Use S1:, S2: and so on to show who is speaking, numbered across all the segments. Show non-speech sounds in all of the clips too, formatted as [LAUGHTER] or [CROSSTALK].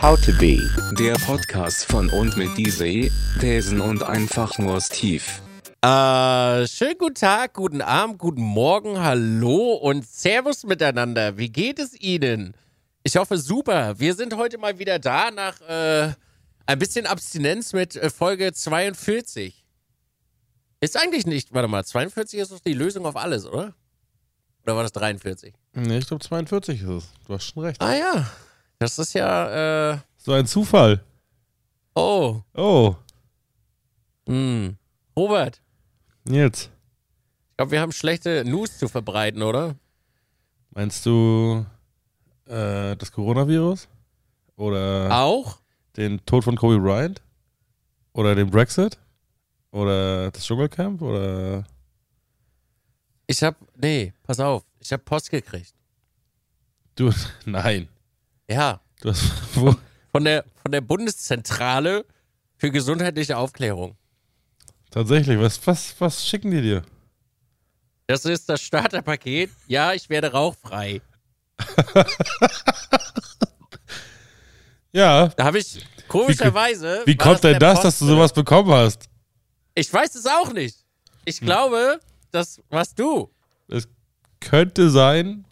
S1: How to be.
S2: Der Podcast von und mit Diese, Thesen und einfach nur Steve.
S3: Äh, schönen guten Tag, guten Abend, guten Morgen, hallo und Servus miteinander. Wie geht es Ihnen? Ich hoffe, super. Wir sind heute mal wieder da nach äh, ein bisschen Abstinenz mit äh, Folge 42. Ist eigentlich nicht, warte mal, 42 ist doch die Lösung auf alles, oder? Oder war das 43?
S4: Nee, ich glaube 42 ist es. Du hast schon recht.
S3: Ah ja, das ist ja, äh,
S4: So ein Zufall.
S3: oh,
S4: Oh,
S3: hm. Robert,
S4: Nils.
S3: ich glaube, wir haben schlechte News zu verbreiten, oder?
S4: Meinst du äh, das Coronavirus? Oder
S3: Auch?
S4: den Tod von Kobe Bryant? Oder den Brexit? Oder das Dschungelcamp? Oder
S3: Ich hab, nee, pass auf, ich hab Post gekriegt.
S4: du. [LAUGHS] Nein.
S3: Ja,
S4: Du hast. [LAUGHS] Wo,
S3: von der, von der Bundeszentrale für gesundheitliche Aufklärung.
S4: tatsächlich, was, was, was schicken die dir?
S3: Das ist das Starterpaket. Ja, ich werde rauchfrei.
S4: Ja.
S3: Da habe ich komischerweise.
S4: Wie
S3: war
S4: kommt
S3: in
S4: denn
S3: der
S4: das,
S3: Post
S4: dass du sowas bekommen hast?
S3: drin. Ich weiß es auch nicht. Ich
S4: Hm.
S3: glaube, das warst du.
S4: Es könnte sein,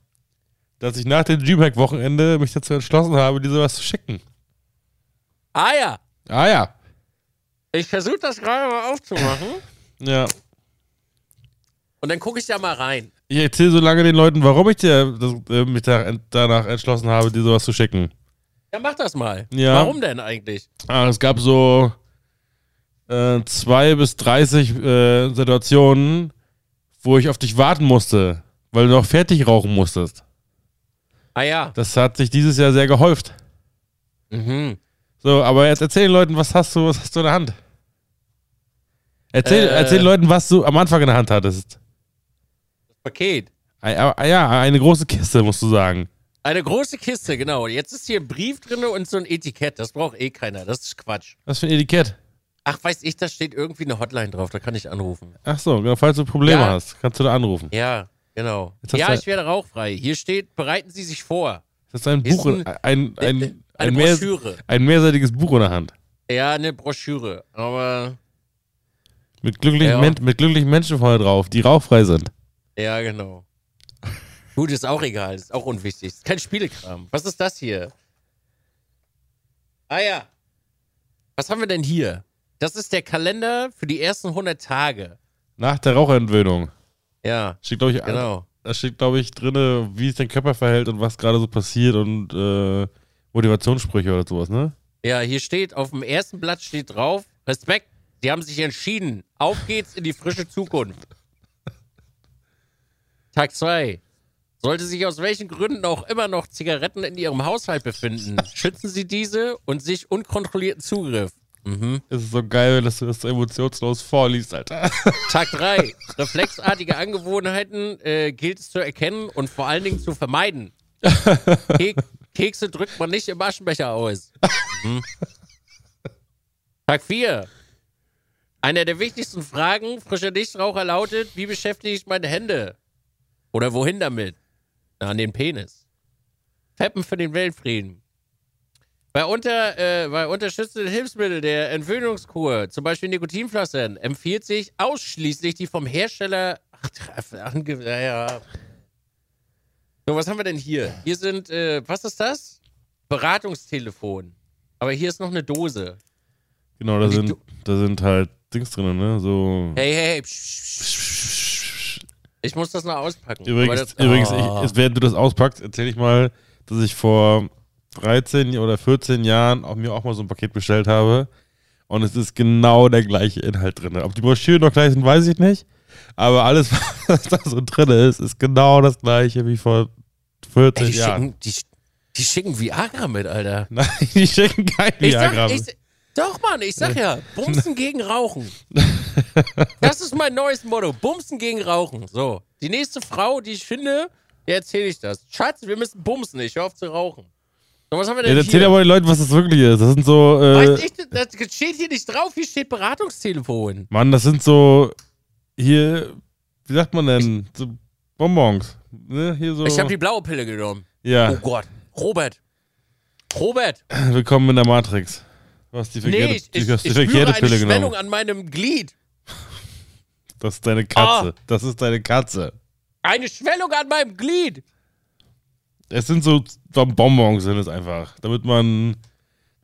S4: dass ich nach dem G-Pack-Wochenende mich dazu entschlossen habe, dir sowas zu schicken.
S3: Ah ja,
S4: Ah ja.
S3: ich versuche das gerade mal aufzumachen.
S4: Ja.
S3: Und dann gucke ich da mal rein.
S4: Ich erzähle so lange den Leuten, warum ich dir das, äh, mich da, ent- danach entschlossen habe, dir sowas zu schicken.
S3: Ja, mach das mal.
S4: Ja.
S3: Warum denn eigentlich?
S4: Ah, es gab so äh, zwei bis 30 äh, Situationen, wo ich auf dich warten musste, weil du noch fertig rauchen musstest.
S3: Ah ja.
S4: Das hat sich dieses Jahr sehr gehäuft.
S3: Mhm.
S4: So, aber jetzt erzähl den Leuten, was hast du, was hast du in der Hand? Erzähl,
S3: Äh.
S4: erzähl den Leuten, was du am Anfang in der Hand hattest.
S3: Paket.
S4: Ah, Ja, ah ja, eine große Kiste, musst du sagen.
S3: Eine große Kiste, genau. Jetzt ist hier ein Brief drin und so ein Etikett. Das braucht eh keiner. Das ist Quatsch.
S4: Was für ein Etikett.
S3: Ach, weiß ich, da steht irgendwie eine Hotline drauf. Da kann ich anrufen.
S4: Ach so, genau, falls du Probleme
S3: Ja.
S4: hast, kannst du da anrufen.
S3: Ja, genau.
S4: Jetzt hast
S3: Ja,
S4: du-
S3: ich werde rauchfrei. Hier steht, bereiten Sie sich vor.
S4: Das ist ein
S3: Ist
S4: Buch,
S3: ein- äh,
S4: ein, ein, ein,
S3: eine
S4: ein, mehr,
S3: Broschüre.
S4: ein mehrseitiges Buch in der Hand.
S3: Ja, eine Broschüre. Aber,
S4: Mit glücklichen,
S3: Ja.
S4: Men mit glücklichen Menschen vorne drauf, die rauchfrei sind.
S3: ja,
S4: [LAUGHS]
S3: genau. Gut, ist auch egal. Ist auch unwichtig. Ist kein Spielekram. Was ist das hier? Ah ja. Was haben wir denn hier? Das ist der Kalender für die ersten 100 Tage.
S4: Nach der Raucherentwöhnung.
S3: Ja,
S4: Steht, glaube ich,
S3: genau.
S4: da steht, glaube ich, drin, wie sich dein Körper verhält und was gerade so passiert und äh, Motivationssprüche oder sowas, ne?
S3: Ja, hier steht, auf dem ersten Blatt steht drauf, Respekt, Sie haben sich entschieden. Auf geht's in die frische Zukunft. Tag 2. Sollte sich aus welchen Gründen auch immer noch Zigaretten in Ihrem Haushalt befinden, schützen Sie diese und sich unkontrollierten Zugriff. Mhm.
S4: Es ist so geil, dass du das so emotionslos vorliest, Alter. [LAUGHS]
S3: Tag 3. Reflexartige Angewohnheiten äh, gilt es zu erkennen und vor allen Dingen zu vermeiden. Ke Kekse drückt man nicht im Aschenbecher aus. Mhm. Tag 4. Eine der wichtigsten Fragen frischer Nichtraucher lautet, wie beschäftige ich meine Hände? Oder wohin damit? Na, an den Penis. Feppen für den Weltfrieden. Bei, unter, äh, bei unterstützenden Hilfsmitteln der Entwöhnungskur, zum Beispiel Nikotinflaschen, empfiehlt sich ausschließlich die vom Hersteller. Ach, treff- ange- ja, ja. So, was haben wir denn hier? Hier sind, äh, was ist das? Beratungstelefon. Aber hier ist noch eine Dose.
S4: Genau, da
S3: Und die
S4: sind,
S3: Du-
S4: da sind halt Dings drin, ne? So.
S3: Hey, hey, hey. psch, psch, psch. Ich muss das noch auspacken. Aber
S4: Übrigens,
S3: das,
S4: übrigens
S3: Oh.
S4: ich, es- während du das auspackst, erzähle ich mal, dass ich vor 13 oder 14 Jahren auch mir auch mal so ein Paket bestellt habe. Und es ist genau der gleiche Inhalt drin. Ob die Broschüren noch gleich sind, weiß ich nicht. Aber alles, [LAUGHS] was da so drin ist, ist genau das gleiche wie vor 14
S3: Ey, die,
S4: Jahren.
S3: schicken, die, die schicken Viagra mit, Alter.
S4: [LAUGHS] Nein, die schicken kein
S3: Ich
S4: Viagra.
S3: sag, ich, doch, Mann, ich sag ja, Bumsen gegen
S4: [LAUGHS]
S3: Rauchen. Das ist mein neues Motto, Bumsen gegen Rauchen. So, die nächste Frau, die ich finde, der erzähle ich das. Schatz, wir müssen bumsen, ich hör auf zu rauchen. So, was haben wir
S4: Ja,
S3: denn
S4: erzähl
S3: hier?
S4: aber den Leuten, was das wirklich ist. Das sind so. Äh,
S3: Weiß ich, das steht hier nicht drauf, hier steht Beratungstelefon.
S4: Mann, das sind so hier, wie sagt man denn? So Bonbons. Ne? Hier so.
S3: Ich habe die blaue Pille genommen.
S4: ja.
S3: Oh Gott, Robert, Robert,
S4: Willkommen in der Matrix. Du hast die verkehrte,
S3: nee, ich, ich,
S4: du hast
S3: ich
S4: die verkehrte
S3: spüre eine
S4: Pille
S3: Schwellung
S4: genommen.
S3: an meinem Glied.
S4: Das ist deine Katze.
S3: Ah.
S4: Das ist deine Katze.
S3: Eine Schwellung an meinem Glied.
S4: Es sind so Bonbons sind es einfach, damit man,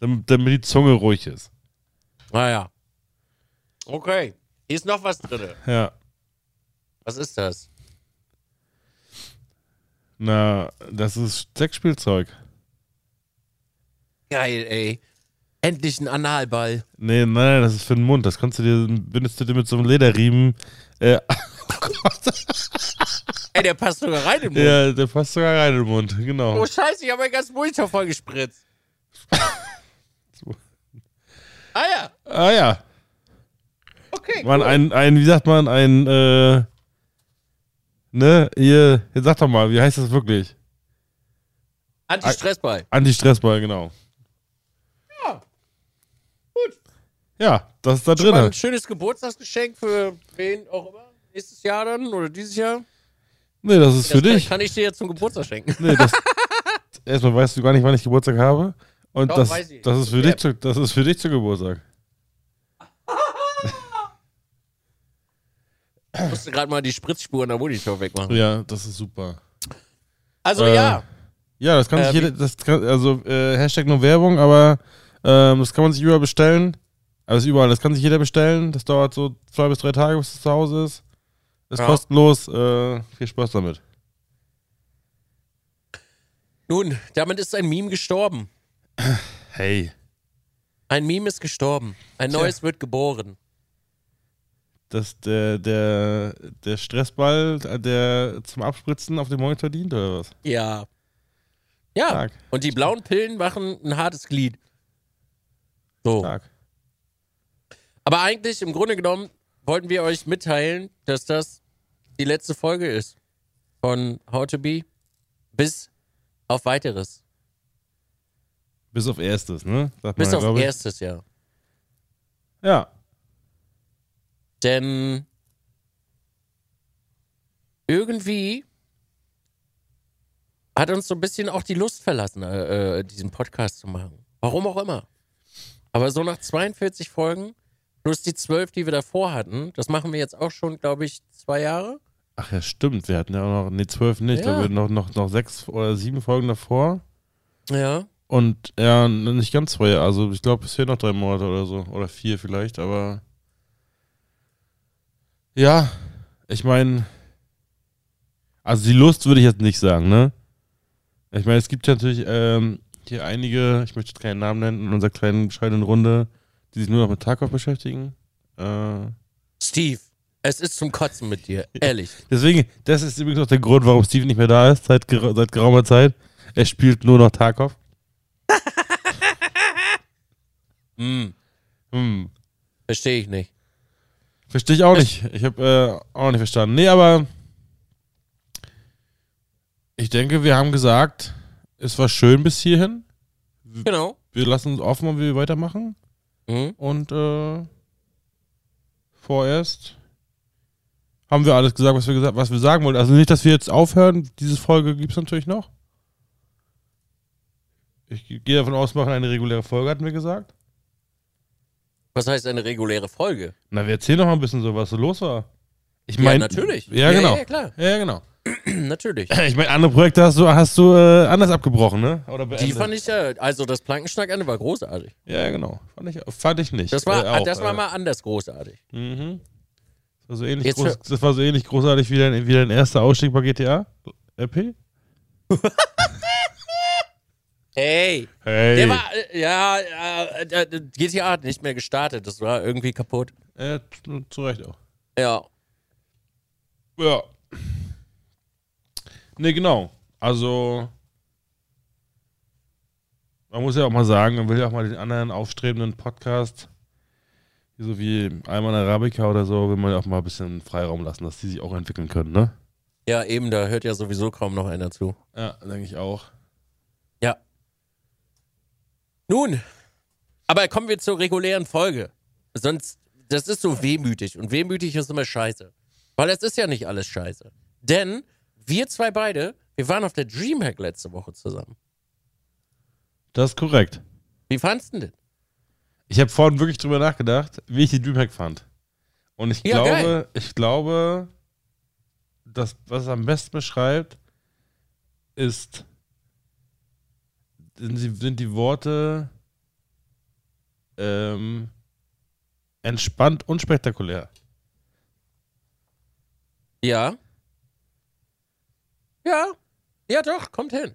S4: damit, damit die Zunge ruhig ist.
S3: Naja. Okay. Hier ist noch was drin.
S4: Ja.
S3: Was ist das?
S4: Na, das ist Sexspielzeug.
S3: Geil, ey. Endlich ein Analball.
S4: Nee, nein, nein, das ist für den Mund. Das kannst du dir, bindest du dir mit so einem Lederriemen.
S3: [LAUGHS]
S4: Äh, oh Gott.
S3: Ey, der passt sogar rein im Mund.
S4: Ja, der passt sogar rein in den Mund, genau.
S3: Oh, scheiße, ich habe meinen ganzen Monitor voll gespritzt. ah ja,
S4: Ah ja.
S3: okay.
S4: Man, ein, ein, wie sagt man, ein, äh, ne, ihr, jetzt sag doch mal, wie heißt das wirklich?
S3: Anti-Stressball.
S4: Anti-Stressball, genau.
S3: Ja. Gut.
S4: Ja, das ist da
S3: Schon mal
S4: drin. halt.
S3: ein schönes Geburtstagsgeschenk für wen auch immer. Nächstes Jahr dann oder dieses Jahr.
S4: Nee, das ist für
S3: das
S4: dich.
S3: kann ich dir jetzt zum Geburtstag schenken.
S4: Nee, das, erstmal weißt du gar nicht, wann ich Geburtstag habe. Und
S3: Doch,
S4: das,
S3: weiß ich.
S4: das, ist für
S3: Ja.
S4: dich zu, das ist für dich zu Geburtstag.
S3: Ich musste gerade mal die Spritzspur an der Monitor wegmachen.
S4: Ja, das ist super.
S3: Also
S4: Äh,
S3: ja,
S4: Ja, das kann
S3: Äh,
S4: sich jeder, das kann, also äh, Hashtag nur Werbung, aber ähm, das kann man sich überall bestellen. Also überall, das kann sich jeder bestellen. Das dauert so zwei bis drei Tage, bis es zu Hause ist. Ist
S3: Ja.
S4: kostenlos. Äh, viel Spaß damit.
S3: nun, damit ist ein Meme gestorben.
S4: Hey.
S3: Ein Meme ist gestorben. Ein
S4: Tja.
S3: neues wird geboren.
S4: Das, der, der, der Stressball, der zum Abspritzen auf dem Monitor dient, oder was?
S3: Ja. Ja.
S4: Stark.
S3: Und die blauen Pillen machen ein hartes Glied. So.
S4: Stark.
S3: Aber eigentlich, im Grunde genommen, wollten wir euch mitteilen, dass das die letzte Folge ist von How to Be bis auf weiteres.
S4: Bis auf erstes, ne? Sagt
S3: Bis
S4: man, glaub
S3: auf
S4: ich.
S3: erstes Jahr.
S4: Ja.
S3: Denn irgendwie hat uns so ein bisschen auch die Lust verlassen, äh, äh, diesen Podcast zu machen. Warum auch immer. Aber so nach 42 Folgen plus die 12, die wir davor hatten, das machen wir jetzt auch schon, glaube ich, zwei Jahre.
S4: Ach ja, stimmt. Wir hatten ja auch noch, nee, zwölf nicht.
S3: Ja.
S4: Ja. Wir noch, noch, noch sechs oder sieben Folgen davor.
S3: Ja.
S4: Und ja, nicht ganz zwei Jahre. Also ich glaube, es fehlen noch drei Monate oder so. Oder vier vielleicht, aber. Ja, ich meine. Also die Lust würde ich jetzt nicht sagen, ne? Ich meine, es gibt ja natürlich ähm, hier einige, ich möchte jetzt keinen Namen nennen, in unserer kleinen bescheidenen Runde, die sich nur noch mit Tarkov beschäftigen. Äh,
S3: Steve, es ist zum Kotzen mit [LAUGHS] dir, ehrlich.
S4: deswegen, das ist übrigens auch der Grund, warum Steven nicht mehr da ist, seit, ger seit geraumer Zeit. Er spielt nur noch Tarkov.
S3: Hm,
S4: Hm.
S3: Verstehe ich nicht.
S4: Verstehe ich auch nicht. Ich habe äh, auch nicht verstanden. Nee, aber ich denke, wir haben gesagt, es war schön bis hierhin.
S3: Genau.
S4: Wir lassen uns offen, ob wir weitermachen.
S3: Hm?
S4: Und äh, vorerst haben wir alles gesagt, was wir gesagt, was wir sagen wollten. Also nicht, dass wir jetzt aufhören. Diese Folge gibt es natürlich noch. Ich gehe davon aus, wir machen eine reguläre Folge, hatten wir gesagt.
S3: Was heißt eine reguläre Folge?
S4: Na, wir erzählen noch mal ein bisschen so, was so los war. Ich
S3: Ja,
S4: mein-
S3: natürlich.
S4: Ja,
S3: Ja,
S4: genau.
S3: ja, klar. [CLEARS THROAT]
S4: ja genau.
S3: Natürlich.
S4: [CLEARS THROAT] Ich meine, andere Projekte hast du, hast du äh, anders abgebrochen, ne? Oder beendet.
S3: Die fand ich ja, also das Plankenschnackende war großartig.
S4: Ja, genau. Fand ich, fand ich nicht.
S3: Das war,
S4: Äh, auch,
S3: das war
S4: äh,
S3: mal anders großartig.
S4: Mhm. Das war so ähnlich,
S3: Jetzt
S4: groß,
S3: hör-
S4: das war so ähnlich großartig wie dein, wie dein erster Ausstieg bei GTA. RP?
S3: Hey,
S4: Hey.
S3: der war, äh, ja, äh, äh, äh, GTA hat nicht mehr gestartet, das war irgendwie kaputt.
S4: äh, zu- zu Recht auch.
S3: Ja,
S4: Ja. Ne, genau. Also. Man muss ja auch mal sagen, man will ja auch mal den anderen aufstrebenden Podcast, so wie Alman Arabica oder so, will man ja auch mal ein bisschen Freiraum lassen, dass die sich auch entwickeln können, ne?
S3: ja, eben, da hört ja sowieso kaum noch einer zu.
S4: Ja, denke ich auch.
S3: Ja. Nun, aber kommen wir zur regulären Folge. Sonst, das ist so wehmütig und wehmütig ist immer scheiße. Weil es ist ja nicht alles scheiße. Denn wir zwei beide, wir waren auf der Dreamhack letzte Woche zusammen.
S4: Das ist korrekt.
S3: Wie fandst du denn?
S4: Ich habe vorhin wirklich drüber nachgedacht, wie ich die Dreamhack fand. Und ich
S3: Ja,
S4: glaube,
S3: geil.
S4: ich glaube, das, was es am besten beschreibt, ist, sind, sie- sind die Worte ähm, entspannt und spektakulär.
S3: Ja. Ja. Ja, doch, kommt hin.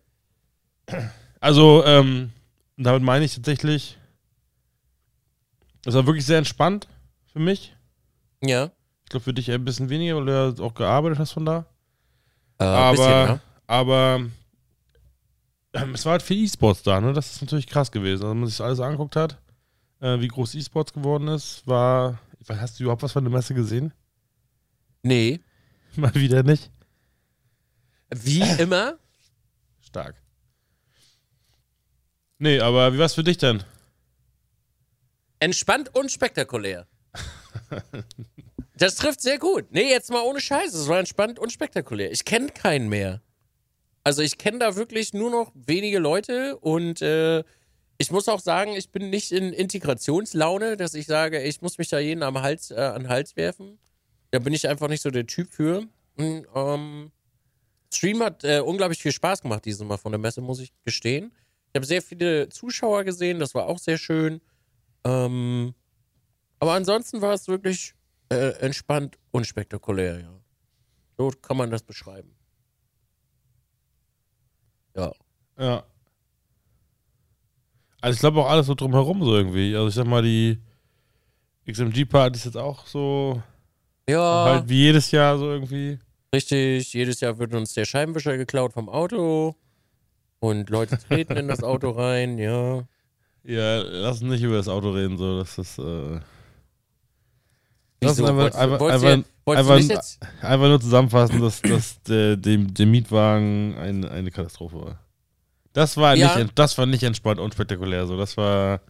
S4: Also, ähm, damit meine ich tatsächlich, es war wirklich sehr entspannt für mich.
S3: Ja.
S4: Ich glaube, für dich eher ein bisschen weniger, weil du ja auch gearbeitet hast von da.
S3: Äh,
S4: aber,
S3: bisschen, ne?
S4: aber ähm, es war halt viel E-Sports da, ne? Das ist natürlich krass gewesen. Also, wenn man sich das alles angeguckt hat, äh, wie groß E-Sports geworden ist, war. Ich weiß, Hast du überhaupt was von der Messe gesehen? [LAUGHS]
S3: Nee.
S4: Mal wieder nicht.
S3: Wie immer.
S4: Stark. Nee, aber wie war's für dich denn?
S3: Entspannt und spektakulär. Das trifft sehr gut. Nee, jetzt mal ohne Scheiße. Es war entspannt und spektakulär. Ich kenne keinen mehr. Also ich kenne da wirklich nur noch wenige Leute und äh, ich muss auch sagen, ich bin nicht in Integrationslaune, dass ich sage, ich muss mich da jeden am Hals, äh, an den Hals werfen. Da bin ich einfach nicht so der Typ für. Und, ähm, Stream hat äh, unglaublich viel Spaß gemacht dieses Mal von der Messe, muss ich gestehen. Ich habe sehr viele Zuschauer gesehen, das war auch sehr schön. Ähm, aber ansonsten war es wirklich äh, entspannt und spektakulär, ja. So kann man das beschreiben. Ja.
S4: Ja. Also ich glaube auch alles so drumherum so irgendwie. Also ich sag mal, die XMG-Party ist jetzt auch so
S3: Ja,
S4: halt wie jedes Jahr so irgendwie.
S3: richtig. Jedes Jahr wird uns der Scheibenwischer geklaut vom Auto. Und Leute treten in das Auto rein, ja.
S4: Ja, lass uns nicht über das Auto reden, so, das ist äh, Lass
S3: Wieso?
S4: uns einfach-
S3: Wolltest du-
S4: einfach-
S3: wolltest du-
S4: einfach-
S3: wolltest du
S4: einfach-
S3: nicht jetzt?
S4: einfach nur zusammenfassen, dass, dass der, dem, der Mietwagen ein, eine Katastrophe war. Das war,
S3: Ja.
S4: nicht, das war nicht entspannt und spektakulär, so, das war,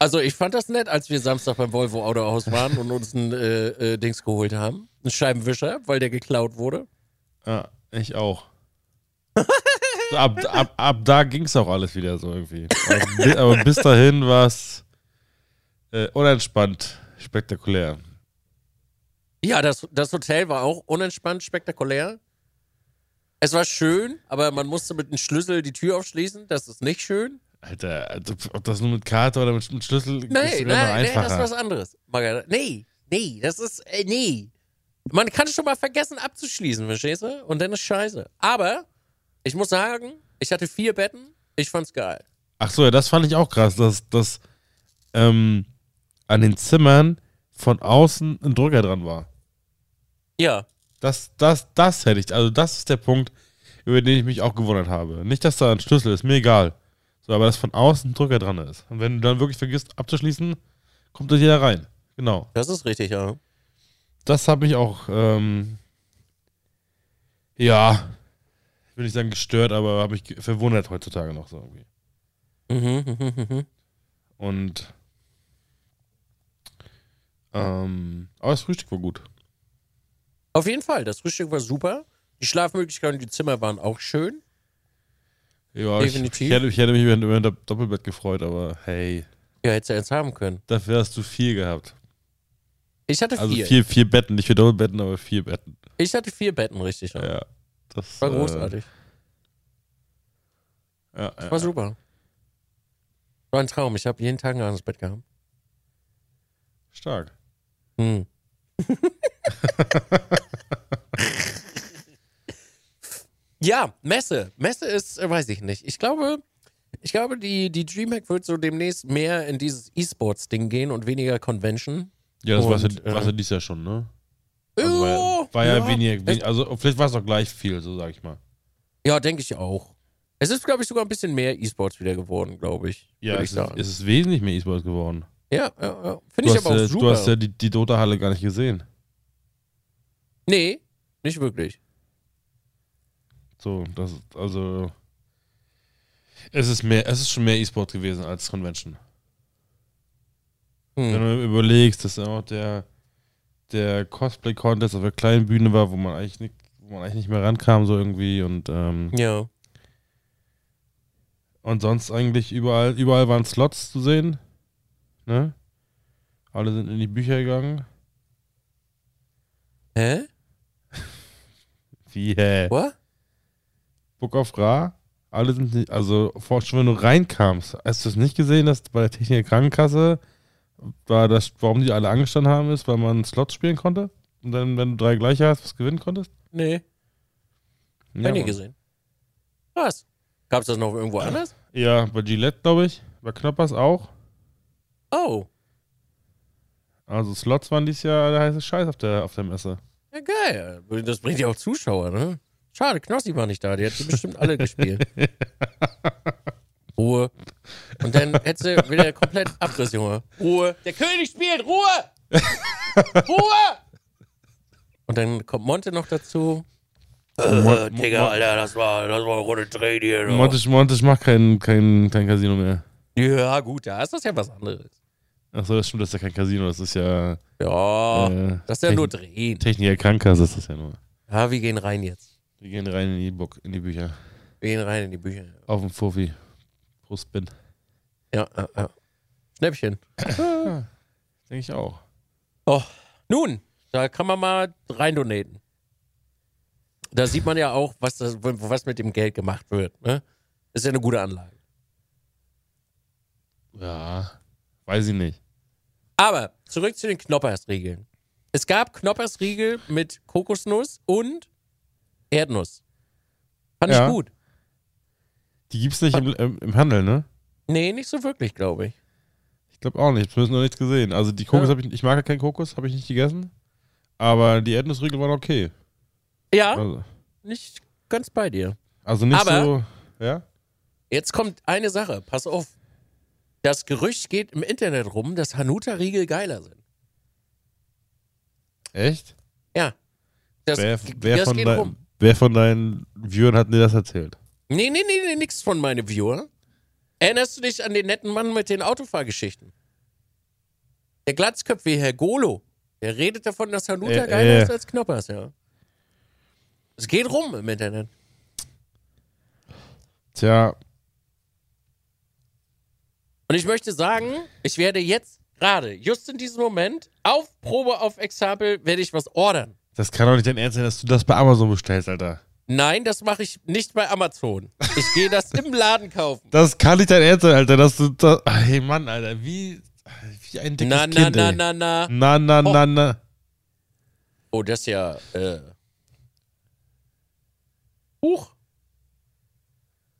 S3: Also ich fand das nett, als wir Samstag beim Volvo Autohaus waren und uns ein äh, äh, Dings geholt haben. Einen Scheibenwischer, weil der geklaut wurde.
S4: ja, ich auch. So, ab, ab, ab da ging's auch alles wieder so irgendwie. Aber, bi- aber bis dahin war's äh, unentspannt, spektakulär.
S3: Ja, das, das Hotel war auch unentspannt spektakulär. Es war schön, aber man musste mit einem Schlüssel die Tür aufschließen. Das ist nicht schön.
S4: Alter, also, ob das nur mit Karte oder mit, mit Schlüssel
S3: Nee,
S4: immer
S3: nein, nee, das ist was anderes. Margarete. Nee, nee, das ist, äh, nee. Man kann schon mal vergessen abzuschließen, verstehst du? Und dann ist scheiße. Aber ich muss sagen, ich hatte vier Betten. Ich fand's geil.
S4: Ach so, ja, das fand ich auch krass, dass, dass ähm, an den Zimmern von außen ein Drücker dran war.
S3: Ja,
S4: Das, das, das hätte ich, also das ist der Punkt, über den ich mich auch gewundert habe. Nicht, dass da ein Schlüssel ist, mir egal. So, aber dass von außen ein Drücker dran ist. Und wenn du dann wirklich vergisst abzuschließen, kommt da jeder rein. Genau.
S3: das ist richtig, ja.
S4: Das hat mich auch, ähm, ja, will ich sagen gestört, aber habe mich ge- verwundert heutzutage noch so irgendwie.
S3: Mhm, mhm, mhm.
S4: Und ähm, aber das Frühstück war gut.
S3: Auf jeden Fall, das Frühstück war super. Die Schlafmöglichkeiten, und die Zimmer waren auch schön.
S4: Ja, ich,
S3: Definitiv.
S4: ich, hätte, ich hätte mich über, über ein Dopp- Doppelbett gefreut, aber hey,
S3: Ja, hättest du jetzt haben können.
S4: dafür hast du viel gehabt.
S3: Ich hatte
S4: Also
S3: vier.
S4: vier, vier Betten, nicht vier Doppelbetten, aber vier Betten.
S3: Ich hatte vier Betten, richtig. Ja.
S4: Ja, das
S3: War großartig.
S4: Äh, ja, ja.
S3: War super. War ein Traum. Ich habe jeden Tag ein anderes Bett gehabt.
S4: Stark.
S3: Hm. [LAUGHS] ja, Messe. Messe ist, äh, weiß ich nicht. Ich glaube, ich glaube, die, die DreamHack wird so demnächst mehr in dieses E-Sports-Ding gehen und weniger Convention.
S4: Ja, das war's ja,
S3: Und, äh,
S4: war's ja dieses Jahr schon, ne? Also war,
S3: Ja,
S4: ja- war ja,
S3: ja.
S4: weniger, wen- also vielleicht war es auch gleich viel, so sag ich mal.
S3: Ja, denke ich auch. Es ist, glaube ich, sogar ein bisschen mehr E-Sports wieder geworden, glaube ich.
S4: Ja,
S3: würd
S4: es
S3: ich
S4: ist,
S3: sagen.
S4: es ist wesentlich mehr E-Sports geworden.
S3: ja, ja, ja.
S4: Du
S3: Finde ich
S4: hast,
S3: aber auch
S4: ja,
S3: super.
S4: du hast ja die, die Dota-Halle gar nicht gesehen.
S3: nee, nicht wirklich.
S4: So, das also es ist mehr, es ist schon mehr E-Sport gewesen als Convention. Wenn
S3: Hm.
S4: du überlegst, dass auch der der Cosplay Contest auf der kleinen Bühne war, wo man eigentlich Hm. nicht, wo man eigentlich nicht mehr rankam so irgendwie und ähm,
S3: Ja.
S4: Und sonst eigentlich überall, überall waren Slots zu sehen. Ne? Alle sind in die Bücher gegangen.
S3: Hä?
S4: Wie, hä?
S3: What?
S4: Book of Ra. Alle sind nicht, also vor- schon wenn du reinkamst, hast du es nicht gesehen, dass bei der Techniker Krankenkasse, war das, warum die alle angestanden haben, ist, weil man Slots spielen konnte? Und dann, wenn du drei gleiche hast, was gewinnen konntest?
S3: Nee,
S4: Ja,
S3: hab ich nie
S4: Mann.
S3: gesehen. Was? Gab's das noch irgendwo anders?
S4: ja bei Gillette, glaube ich. Bei Knoppers auch.
S3: Oh,
S4: Also Slots waren dieses Jahr der heiße Scheiß auf der, auf der Messe.
S3: ja geil. Das bringt ja auch Zuschauer, ne? Schade, Knossi war nicht da. Die hätten bestimmt alle gespielt. Ruhe. Und dann hättest du wieder komplett Abriss, Junge. Ruhe. Der König spielt. Ruhe. Ruhe. Und dann kommt Monte noch dazu.
S4: Mon-
S3: Äh, Digga, Alter, das war, das war eine runde Trade hier. du.
S4: Montisch, Montisch macht kein, kein, kein Casino mehr.
S3: Ja, gut, da ist das ja was anderes.
S4: Achso, das stimmt, das ist ja kein Casino, das ist ja
S3: Ja,
S4: Äh,
S3: das ist ja nur
S4: Techn-
S3: drehen.
S4: Techniker Krankenkasse, ist das ja nur.
S3: Ja, wir gehen rein jetzt.
S4: Wir gehen rein in die, Book, in die Bücher.
S3: Wir gehen rein in die Bücher.
S4: Auf den Fofi. Pro Spin.
S3: Ja, ja, ja. Schnäppchen.
S4: Denke ich auch.
S3: Oh, nun, da kann man mal rein donaten. Da sieht man ja auch, was, das, was mit dem Geld gemacht wird. Ne? Ist ja eine gute Anlage.
S4: Ja. Weiß ich nicht.
S3: Aber zurück zu den Knoppersriegeln. Es gab Knoppersriegel mit Kokosnuss und Erdnuss. Fand
S4: Ja.
S3: ich gut.
S4: Die gibt's nicht im, im, im Handel, ne?
S3: Nee, nicht so wirklich, glaube ich.
S4: Ich glaube auch nicht. Ich habe noch nichts gesehen. Also die Kokos
S3: Ja.
S4: habe ich Ich mag ja keinen Kokos, habe ich nicht gegessen. Aber die Erdnussriegel waren okay.
S3: Ja,
S4: Also,
S3: nicht ganz bei dir.
S4: also nicht
S3: Ah. Aber-
S4: so. Ja?
S3: Jetzt kommt eine Sache, pass auf. Das Gerücht geht im Internet rum, dass Hanuta-Riegel geiler sind.
S4: Echt?
S3: Ja. Das,
S4: Wer, wer,
S3: das
S4: von
S3: geht
S4: dein,
S3: rum.
S4: wer von deinen Viewern hat dir das erzählt?
S3: Nee, nee, nee, nee, nix von meine Viewer. Erinnerst du dich an den netten Mann mit den Autofahrgeschichten? Der glatzköpfige Herr Golo, der redet davon, dass Hanuta
S4: Äh,
S3: geiler
S4: äh.
S3: ist als Knoppers, ja. Es geht rum im Internet.
S4: Tja,
S3: Und ich möchte sagen, ich werde jetzt gerade, just in diesem Moment, auf Probe, auf Exempel, werde ich was ordern.
S4: das kann doch nicht dein Ernst sein, dass du das bei Amazon bestellst, Alter.
S3: Nein, das mache ich nicht bei Amazon. Ich gehe das im Laden kaufen.
S4: Das kann nicht dein Ernst sein, Alter, dass du das. Ach, Hey Mann, Alter, wie, wie ein [LAUGHS] dickes Hm.
S3: Na, na,
S4: Kind.
S3: na,
S4: ey.
S3: na, na.
S4: na, na, na, na.
S3: Oh, das ist ja. Äh. Huch.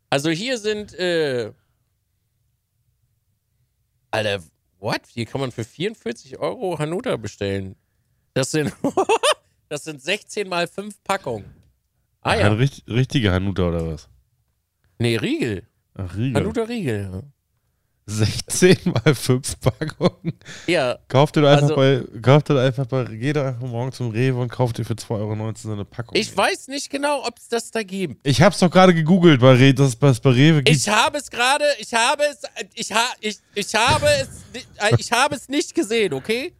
S3: Also hier sind. Äh. Alter, what? Hier kann man für 44 Euro Hanuta bestellen. Das sind. [LAUGHS] das sind 16 mal 5 Packungen. Ah
S4: Ein
S3: ja.
S4: richt, richtiger Hanuta oder was?
S3: Nee, Riegel.
S4: Ach, Riegel.
S3: Hanuta Riegel. ja.
S4: 16 mal 5 Packungen.
S3: Ja,
S4: Kauft ihr
S3: Also-
S4: einfach bei, kauft ihr einfach bei, geht doch einfach morgen zum Rewe und kauft ihr für 2,19 Euro so eine Packung.
S3: ich weiß nicht genau, ob es das da gibt.
S4: ich hab's doch gerade gegoogelt, bei Re, dass es das bei Rewe gibt.
S3: Ich habe es gerade, ich habe es, ich, ha, ich, ich habe es, ni- äh, ich habe es nicht gesehen, okay?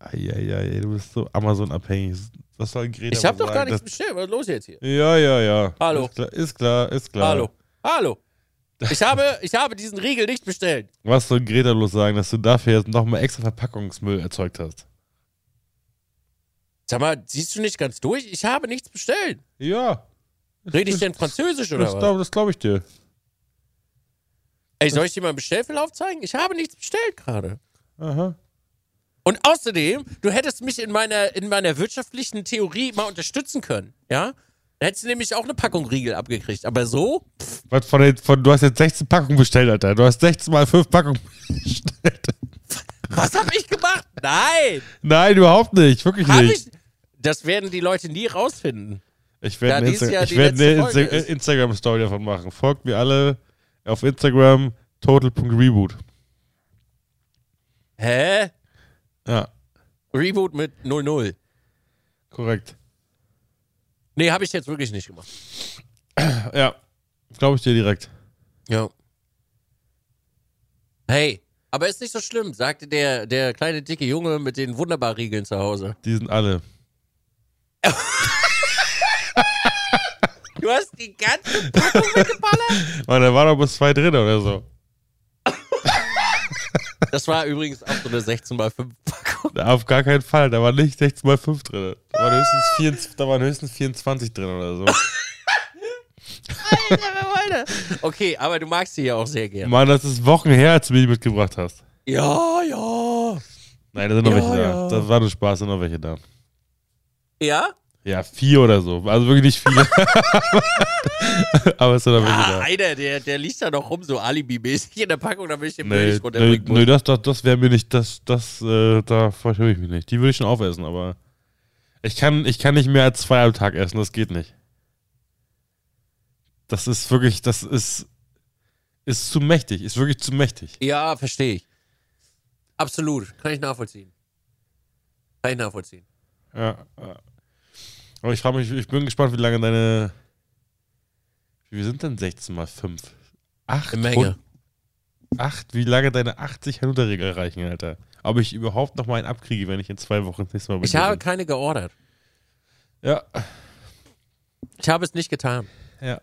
S4: Eieiei, du bist so Amazon-abhängig. Was soll Greta
S3: Ich habe
S4: mal
S3: doch gar
S4: sagen,
S3: nichts bestellt. Was ist los jetzt hier?
S4: dass- Ja, ja, ja.
S3: Hallo.
S4: Ist klar, ist klar. Ist klar.
S3: Hallo, hallo. Ich habe, ich habe diesen Riegel nicht bestellt.
S4: Was soll Greta bloß sagen, dass du dafür jetzt nochmal extra Verpackungsmüll erzeugt hast?
S3: Sag mal, siehst du nicht ganz durch? Ich habe nichts bestellt.
S4: Ja,
S3: Rede ich denn Französisch oder
S4: das
S3: was?
S4: glaube glaub ich dir.
S3: Ey, soll ich dir mal einen Bestellverlauf zeigen? Ich habe nichts bestellt gerade.
S4: Aha.
S3: Und außerdem, du hättest mich in meiner, in meiner wirtschaftlichen Theorie mal unterstützen können, ja? Dann hättest du nämlich auch eine Packung Riegel abgekriegt. Aber so,
S4: Was von den, von, du hast jetzt 16 Packungen bestellt, Alter. Du hast 16 mal 5 Packungen bestellt.
S3: was habe ich gemacht? Nein!
S4: Nein, überhaupt nicht. Wirklich
S3: Hab
S4: nicht.
S3: ich. Das werden die Leute nie rausfinden.
S4: Ich
S3: Ja,
S4: werde eine,
S3: dies
S4: Insta
S3: Jahr
S4: ich
S3: die
S4: werd eine
S3: letzte Folge
S4: Insta äh,
S3: ist.
S4: Instagram-Story davon machen. Folgt mir alle auf Instagram total.reboot.
S3: Hä?
S4: Ja,
S3: Reboot mit 00.
S4: korrekt.
S3: Nee, habe ich jetzt wirklich nicht gemacht.
S4: Ja, glaube ich dir direkt.
S3: Ja. Hey, aber ist nicht so schlimm, sagte der, der kleine dicke Junge mit den wunderbar Riegeln zu Hause.
S4: Die sind alle.
S3: Du hast die ganze Packung weggeballert?
S4: Weil da war doch bis zwei drin
S3: [LAUGHS]
S4: oder so.
S3: Das war übrigens auch so eine 16x5 Packung.
S4: Da auf gar keinen Fall. Da war nicht 16 mal 5 drin. Da waren höchstens, 24, da waren höchstens 24 drin oder so.
S3: Alter, wer wollte? Okay, aber du magst sie ja auch sehr gerne.
S4: Mann, das ist Wochen her, als du mir die mitgebracht hast.
S3: Ja, ja.
S4: Nein, da sind noch
S3: Ja,
S4: welche
S3: ja.
S4: da. Das war nur Spaß, da sind noch welche da.
S3: Ja?
S4: Ja, vier oder so. Also wirklich nicht
S3: [LAUGHS]
S4: viele. [LAUGHS] Aber es sind noch welche
S3: Ah,
S4: da.
S3: einer, der, der liegt da noch rum, so alibi-mäßig in der Packung, damit ich den Müll
S4: Nee,
S3: nicht
S4: nee,
S3: runterbringen muss.
S4: nee, das, das, das wäre mir nicht, das, das, äh, da verstehe ich mich nicht. Die würde ich schon aufessen, aber ich kann, ich kann nicht mehr als zwei am Tag essen, das geht nicht. Das ist wirklich, das ist, ist zu mächtig, ist wirklich zu mächtig.
S3: Ja, verstehe ich. Absolut. Kann ich nachvollziehen. Kann ich nachvollziehen.
S4: Ja. ja. Aber ich frage mich, ich bin gespannt, wie lange deine, wie sind denn 16 mal 5? Acht
S3: Eine Menge.
S4: Runden- Acht, wie lange deine 80 Hanuta-Regel reichen, Alter. Ob ich überhaupt noch mal einen abkriege, wenn ich in zwei Wochen das nächste Mal bei
S3: Ich
S4: dir
S3: habe
S4: bin.
S3: keine geordert.
S4: Ja,
S3: Ich habe es nicht getan.
S4: ja.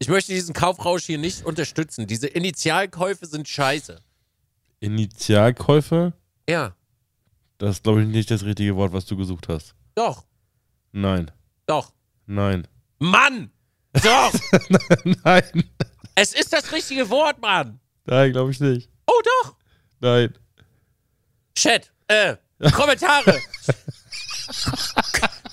S3: Ich möchte diesen Kaufrausch hier nicht unterstützen. Diese Initialkäufe sind scheiße.
S4: Initialkäufe,
S3: Ja,
S4: das ist, glaube ich, nicht das richtige Wort, was du gesucht hast.
S3: doch,
S4: Nein,
S3: doch.
S4: nein,
S3: Mann! Doch!
S4: [LAUGHS] nein,
S3: es ist das richtige Wort, Mann!
S4: nein, glaube ich nicht.
S3: Oh, doch!
S4: Nein.
S3: Chat, äh, Kommentare!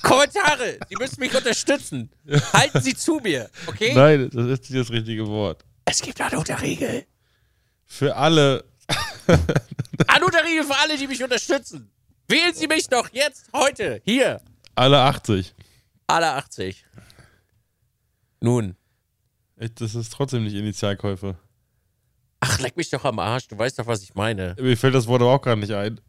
S3: Kommentare! Sie müssen mich unterstützen! Halten Sie zu mir, okay?
S4: Nein, das ist nicht das richtige Wort.
S3: Es gibt Anuta-Riegel!
S4: Für alle,
S3: Anuta-Riegel für alle, die mich unterstützen! Wählen Sie mich doch jetzt, heute, hier!
S4: alle 80.
S3: Alle 80. Nun.
S4: Echt, Das ist trotzdem nicht Initialkäufe.
S3: Ach, leck mich doch am Arsch, du weißt doch, was ich meine.
S4: Mir fällt das Wort aber auch gerade nicht ein.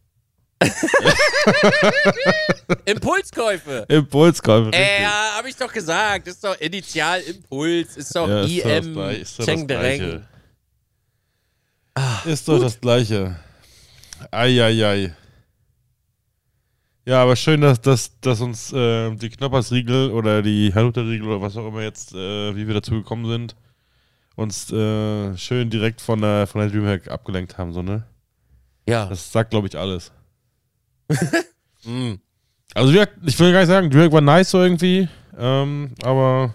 S3: Impulskäufe!
S4: Impulskäufe.
S3: Äh,
S4: richtig.
S3: ja, hab ich doch gesagt. Ist doch Initialimpuls, ist doch
S4: Ja, ist doch das
S3: IM
S4: Gleiche, ist doch das
S3: Cheng Dereng.
S4: Gleiche. Ist doch das Gleiche. Eieiei. Ja, aber schön, dass, dass, dass uns äh, die Knoppersriegel oder die Hanuta-Riegel oder was auch immer jetzt, äh, wie wir dazu gekommen sind, uns äh, schön direkt von der, von der Dreamhack abgelenkt haben. So, ne?
S3: Ja.
S4: Das sagt, glaube ich, alles.
S3: Mm.
S4: Also, wie gesagt, ich will gar nicht sagen, Dreamhack war nice so irgendwie, ähm, aber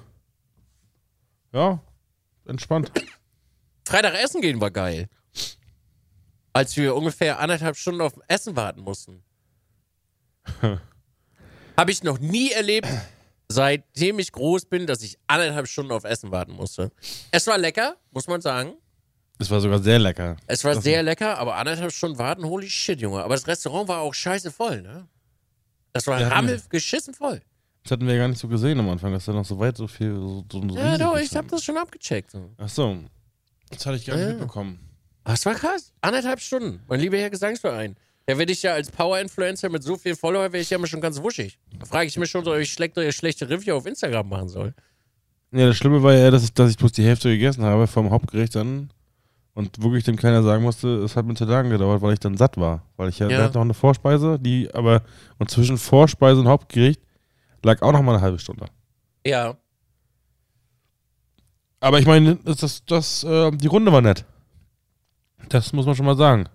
S4: ja, entspannt.
S3: Freitag essen gehen war geil. Als wir ungefähr anderthalb Stunden auf Essen warten mussten. Habe ich noch nie erlebt, seitdem ich groß bin, dass ich anderthalb Stunden auf Essen warten musste. Es war lecker, muss man sagen.
S4: Es war sogar sehr lecker.
S3: Es war
S4: Das-
S3: sehr lecker, aber anderthalb Stunden warten, holy shit, Junge. Aber das Restaurant war auch scheiße voll, ne? Das war
S4: Ja,
S3: rammelgeschissen voll.
S4: Das hatten wir ja gar nicht so gesehen am Anfang, dass da noch so weit so viel so, so so
S3: Ja,
S4: riesig
S3: doch,
S4: ist.
S3: ich hab das schon abgecheckt. so.
S4: Ach so. Das hatte ich gar
S3: Ja.
S4: nicht mitbekommen.
S3: Aber es war krass. Anderthalb Stunden, mein lieber Herr Gesangsverein. Da werde ich ja als Power-Influencer mit so viel Follower, wäre ich ja mal schon ganz wuschig. Da frage ich mich schon, ob ich schlechte, schlechte Review auf Instagram machen soll.
S4: Ja, das Schlimme war ja, dass ich, dass ich bloß die Hälfte gegessen habe vom Hauptgericht dann und wirklich dem keiner sagen musste, es hat mir zu lange gedauert, weil ich dann satt war. Weil ich ja,
S3: Ja.
S4: wir hatten noch eine Vorspeise, die aber, und zwischen Vorspeise und Hauptgericht lag auch noch mal eine halbe Stunde.
S3: Ja,
S4: Aber ich meine, das, das, das, äh, die Runde war nett. Das muss man schon mal sagen.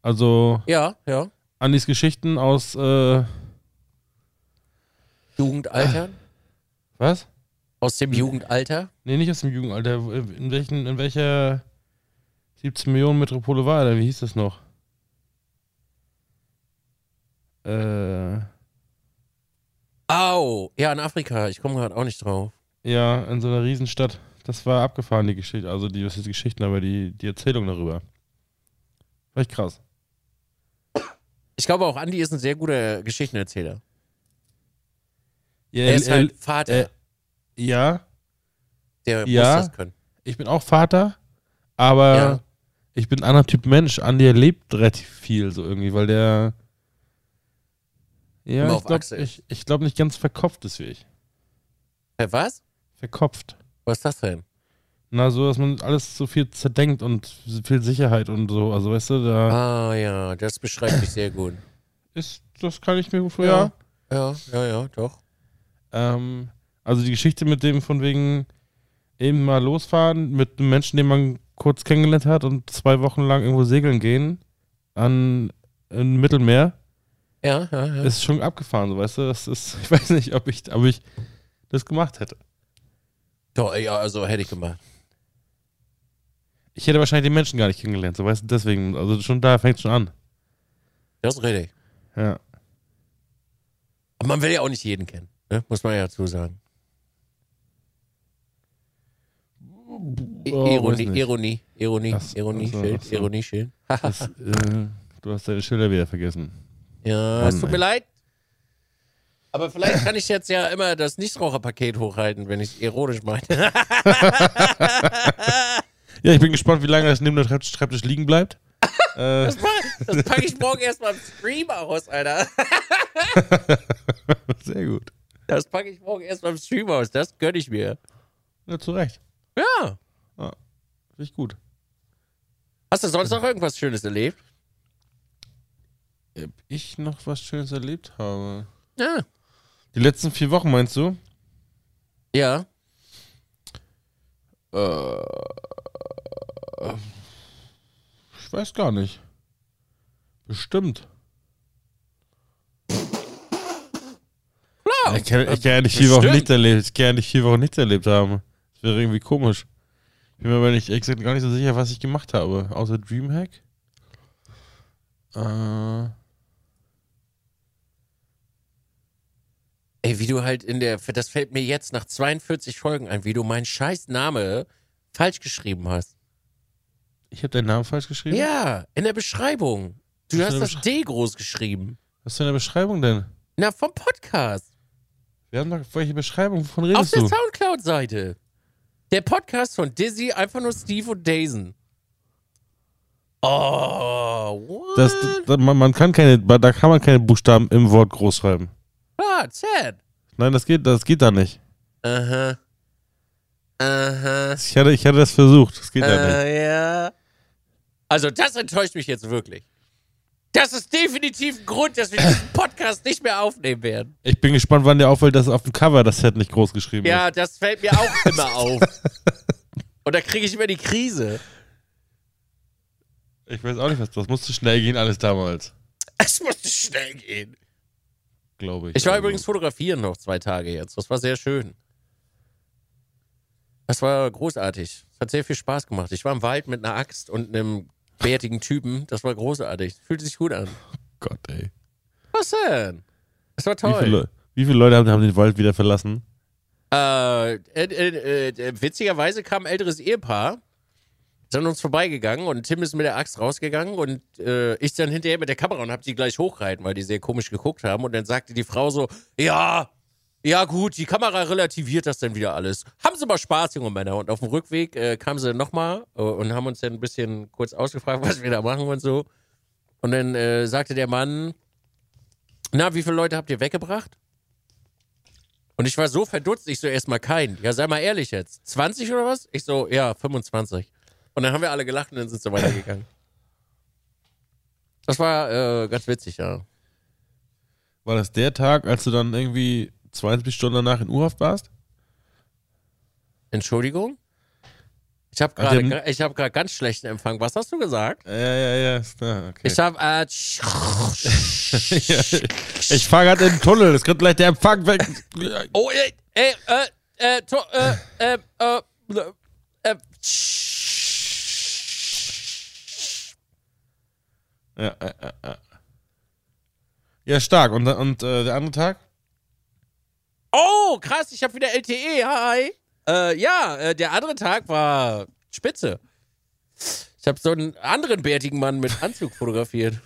S4: Also,
S3: ja, ja.
S4: Andis Geschichten aus, äh,
S3: Jugendalter.
S4: was?
S3: Aus dem Jugendalter.
S4: Nee, nicht aus dem Jugendalter. In, welchen, in welcher 17 Millionen Metropole war er denn? Wie hieß das noch? Äh,
S3: Au. Ja, in Afrika. Ich komme gerade auch nicht drauf.
S4: ja, in so einer Riesenstadt. Das war abgefahren, die Geschichte. Also die, was ist die Geschichten, aber die, die Erzählung darüber. War echt krass.
S3: Ich glaube auch, Andi ist ein sehr guter Geschichtenerzähler.
S4: Ja,
S3: Er ist halt Vater.
S4: äh, ja,
S3: der
S4: ja.
S3: muss das können.
S4: ich bin auch Vater, aber
S3: Ja.
S4: ich bin ein anderer Typ Mensch. Andi erlebt relativ viel so irgendwie, weil der ja,
S3: Immer
S4: ich
S3: auf
S4: glaub,
S3: Achse ist.
S4: ich, ich glaub nicht ganz verkopft ist wie ich.
S3: Hä, was?
S4: Verkopft.
S3: Was ist das denn?
S4: Na, so, dass man alles so viel zerdenkt und viel Sicherheit und so. Also, weißt du, da
S3: Ah ja, das beschreibt mich sehr gut.
S4: ist, das kann ich mir gut
S3: Ja.
S4: vorstellen.
S3: Ja, ja, ja, doch.
S4: Ähm, also die Geschichte mit dem von wegen eben mal losfahren mit einem Menschen, den man kurz kennengelernt hat und zwei Wochen lang irgendwo segeln gehen an im Mittelmeer,
S3: Ja, ja, ja.
S4: ist schon abgefahren, so weißt du. Das ist, [LAUGHS] ich weiß nicht, ob ich, ob ich das gemacht hätte.
S3: Doch, ja, also hätte ich gemacht.
S4: Ich hätte wahrscheinlich den Menschen gar nicht kennengelernt, so weißt du, deswegen, also schon da fängt schon an.
S3: Das ist richtig.
S4: Ja.
S3: Aber man will ja auch nicht jeden kennen, ne? muss man ja dazu sagen. I-
S4: Oh, weiß
S3: Ironie,
S4: nicht.
S3: Ironie, Ironie,
S4: Ach so,
S3: Ironie,
S4: ach so,
S3: Schild,
S4: ach so.
S3: Ironie, Schild.
S4: Das, äh, du hast deine Schilder wieder vergessen.
S3: Ja,
S4: Mann,
S3: es tut mir
S4: ey.
S3: leid. Aber vielleicht kann ich jetzt ja immer das Nichtraucherpaket hochhalten, wenn ich es ironisch meine. [LAUGHS]
S4: Ja, ich bin gespannt, wie lange das neben dem Schreibtisch, Schreibtisch liegen bleibt. [LAUGHS] äh,
S3: Das packe ich morgen erst mal im Stream aus, Alter.
S4: sehr gut.
S3: Das packe ich morgen erst mal im Stream aus. Das gönne ich mir.
S4: Ja, zu Recht.
S3: Ja.
S4: Finde ich gut.
S3: Hast du sonst noch irgendwas Schönes erlebt?
S4: Ob ich noch was Schönes erlebt habe?
S3: Ja.
S4: Die letzten vier Wochen, meinst du?
S3: Ja.
S4: Ich weiß gar nicht. Bestimmt. Ich kann, ich kann ja nicht vier Wochen
S3: Bestimmt.
S4: nichts erlebt. Ich kann ja nicht vier Wochen nichts erlebt haben. Das wäre irgendwie komisch. Ich bin mir aber nicht exakt gar nicht so sicher, was ich gemacht habe. Außer Dreamhack. Äh,
S3: Ey, wie du halt in der, das fällt mir jetzt nach 42 Folgen ein, wie du meinen scheiß Name falsch geschrieben hast.
S4: ich habe deinen Namen falsch geschrieben.
S3: Ja, in der Beschreibung. Du
S4: Was
S3: hast
S4: für eine
S3: das D groß geschrieben.
S4: Was für eine Beschreibung denn?
S3: Na, vom Podcast.
S4: Wir haben doch welche Beschreibung? Wovon
S3: Auf
S4: redest
S3: der
S4: du?
S3: Soundcloud-Seite. Der Podcast von Dizzy, einfach nur Steve und Dazen. Oh, what?
S4: Das, das, man, man kann keine, da kann man keine Buchstaben im Wort groß schreiben.
S3: ah, sad.
S4: Nein, das geht, das geht da nicht. Uh-huh.
S3: Aha. Aha.
S4: Ich hatte, ich hatte das versucht. Das geht da nicht.
S3: Äh, ja. Also das enttäuscht mich jetzt wirklich. Das ist definitiv ein Grund, dass wir diesen Podcast nicht mehr aufnehmen werden.
S4: Ich bin gespannt, wann dir auffällt, dass auf dem Cover das Set nicht groß geschrieben ist.
S3: Ja, das fällt mir
S4: [LAUGHS]
S3: auch immer auf. Und da kriege ich immer die Krise.
S4: Ich weiß auch nicht, was das musste schnell gehen, alles damals,
S3: Es musste schnell gehen.
S4: glaube ich.
S3: Ich war
S4: Also,
S3: übrigens fotografieren noch zwei Tage jetzt. Das war sehr schön. Das war großartig. Es hat sehr viel Spaß gemacht. Ich war im Wald mit einer Axt und einem bärtigen Typen. Das war großartig. Fühlte sich gut an.
S4: Gott, ey.
S3: Was denn? Das war
S4: Wie
S3: toll.
S4: viele, Leu- wie viele Leute haben, haben den Wald wieder verlassen?
S3: Äh, äh, äh, äh, witzigerweise kam ein älteres Ehepaar, ist an uns vorbeigegangen und Tim ist mit der Axt rausgegangen und äh, ich dann hinterher mit der Kamera und hab die gleich hochgehalten, weil die sehr komisch geguckt haben. Und dann sagte die Frau so: Ja, ja, gut, die Kamera relativiert das dann wieder alles. Haben Sie mal Spaß, junge Männer. Und auf dem Rückweg äh, kamen sie nochmal äh, und haben uns dann ein bisschen kurz ausgefragt, [LAUGHS] was wir da machen und so. Und dann äh, sagte der Mann: Na, wie viele Leute habt ihr weggebracht? Und ich war so verdutzt, ich so erstmal kein. Ja, sei mal ehrlich jetzt. 20 oder was? Ich so, ja, 25. Und dann haben wir alle gelacht und dann sind sie weitergegangen. Das war äh, ganz witzig, ja.
S4: War das der Tag, als du dann irgendwie 72 Stunden danach in Urhaft warst?
S3: Entschuldigung? Ich habe
S4: Ach,
S3: gerade
S4: dem-
S3: gra- ich hab grad ganz schlechten Empfang. Was hast du gesagt?
S4: Ja, ja, ja, ist da, okay.
S3: Ich habe äh,
S4: Ja, ich [LAUGHS] ich fahre gerade in den Tunnel, es könnte gleich der
S3: [LAUGHS]
S4: Empfang weg.
S3: Oh, ey, ey, äh, äh, to, äh, äh, äh, äh,
S4: Ja, äh, äh, äh. ja stark. Und, und äh, der andere Tag?
S3: Oh, krass, ich habe wieder LTE. Hi. Äh, ja, äh, der andere Tag war spitze. Ich habe so einen anderen bärtigen Mann mit Anzug fotografiert.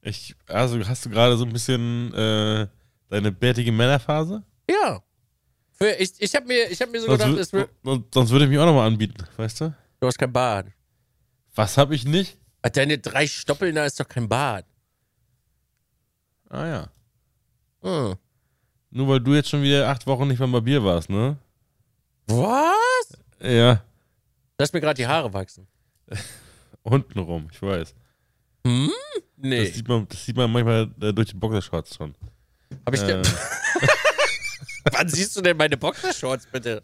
S4: Ich, also hast du gerade so ein bisschen äh, deine bärtige Männerphase?
S3: Ja. Für, ich ich habe mir, ich hab mir so
S4: Sonst,
S3: gedacht,
S4: wür-
S3: es wär-
S4: sonst- sonst würde ich mich auch nochmal anbieten, weißt du?
S3: Also, du hast kein Bart.
S4: Was habe ich nicht?
S3: Ah, Deine drei Stoppeln, da ist doch kein Bart.
S4: Ah ja.
S3: Hm.
S4: Nur weil du jetzt schon wieder acht Wochen nicht mehr bei Bier warst, ne?
S3: Was?
S4: Ja.
S3: Lass mir gerade die Haare wachsen.
S4: Unten rum, ich weiß. Das,
S3: Nee.
S4: sieht man, das sieht man manchmal äh, durch die Boxershorts schon.
S3: Hab ich,
S4: Äh,
S3: ge- [LAUGHS] Wann siehst du denn meine Boxershorts bitte?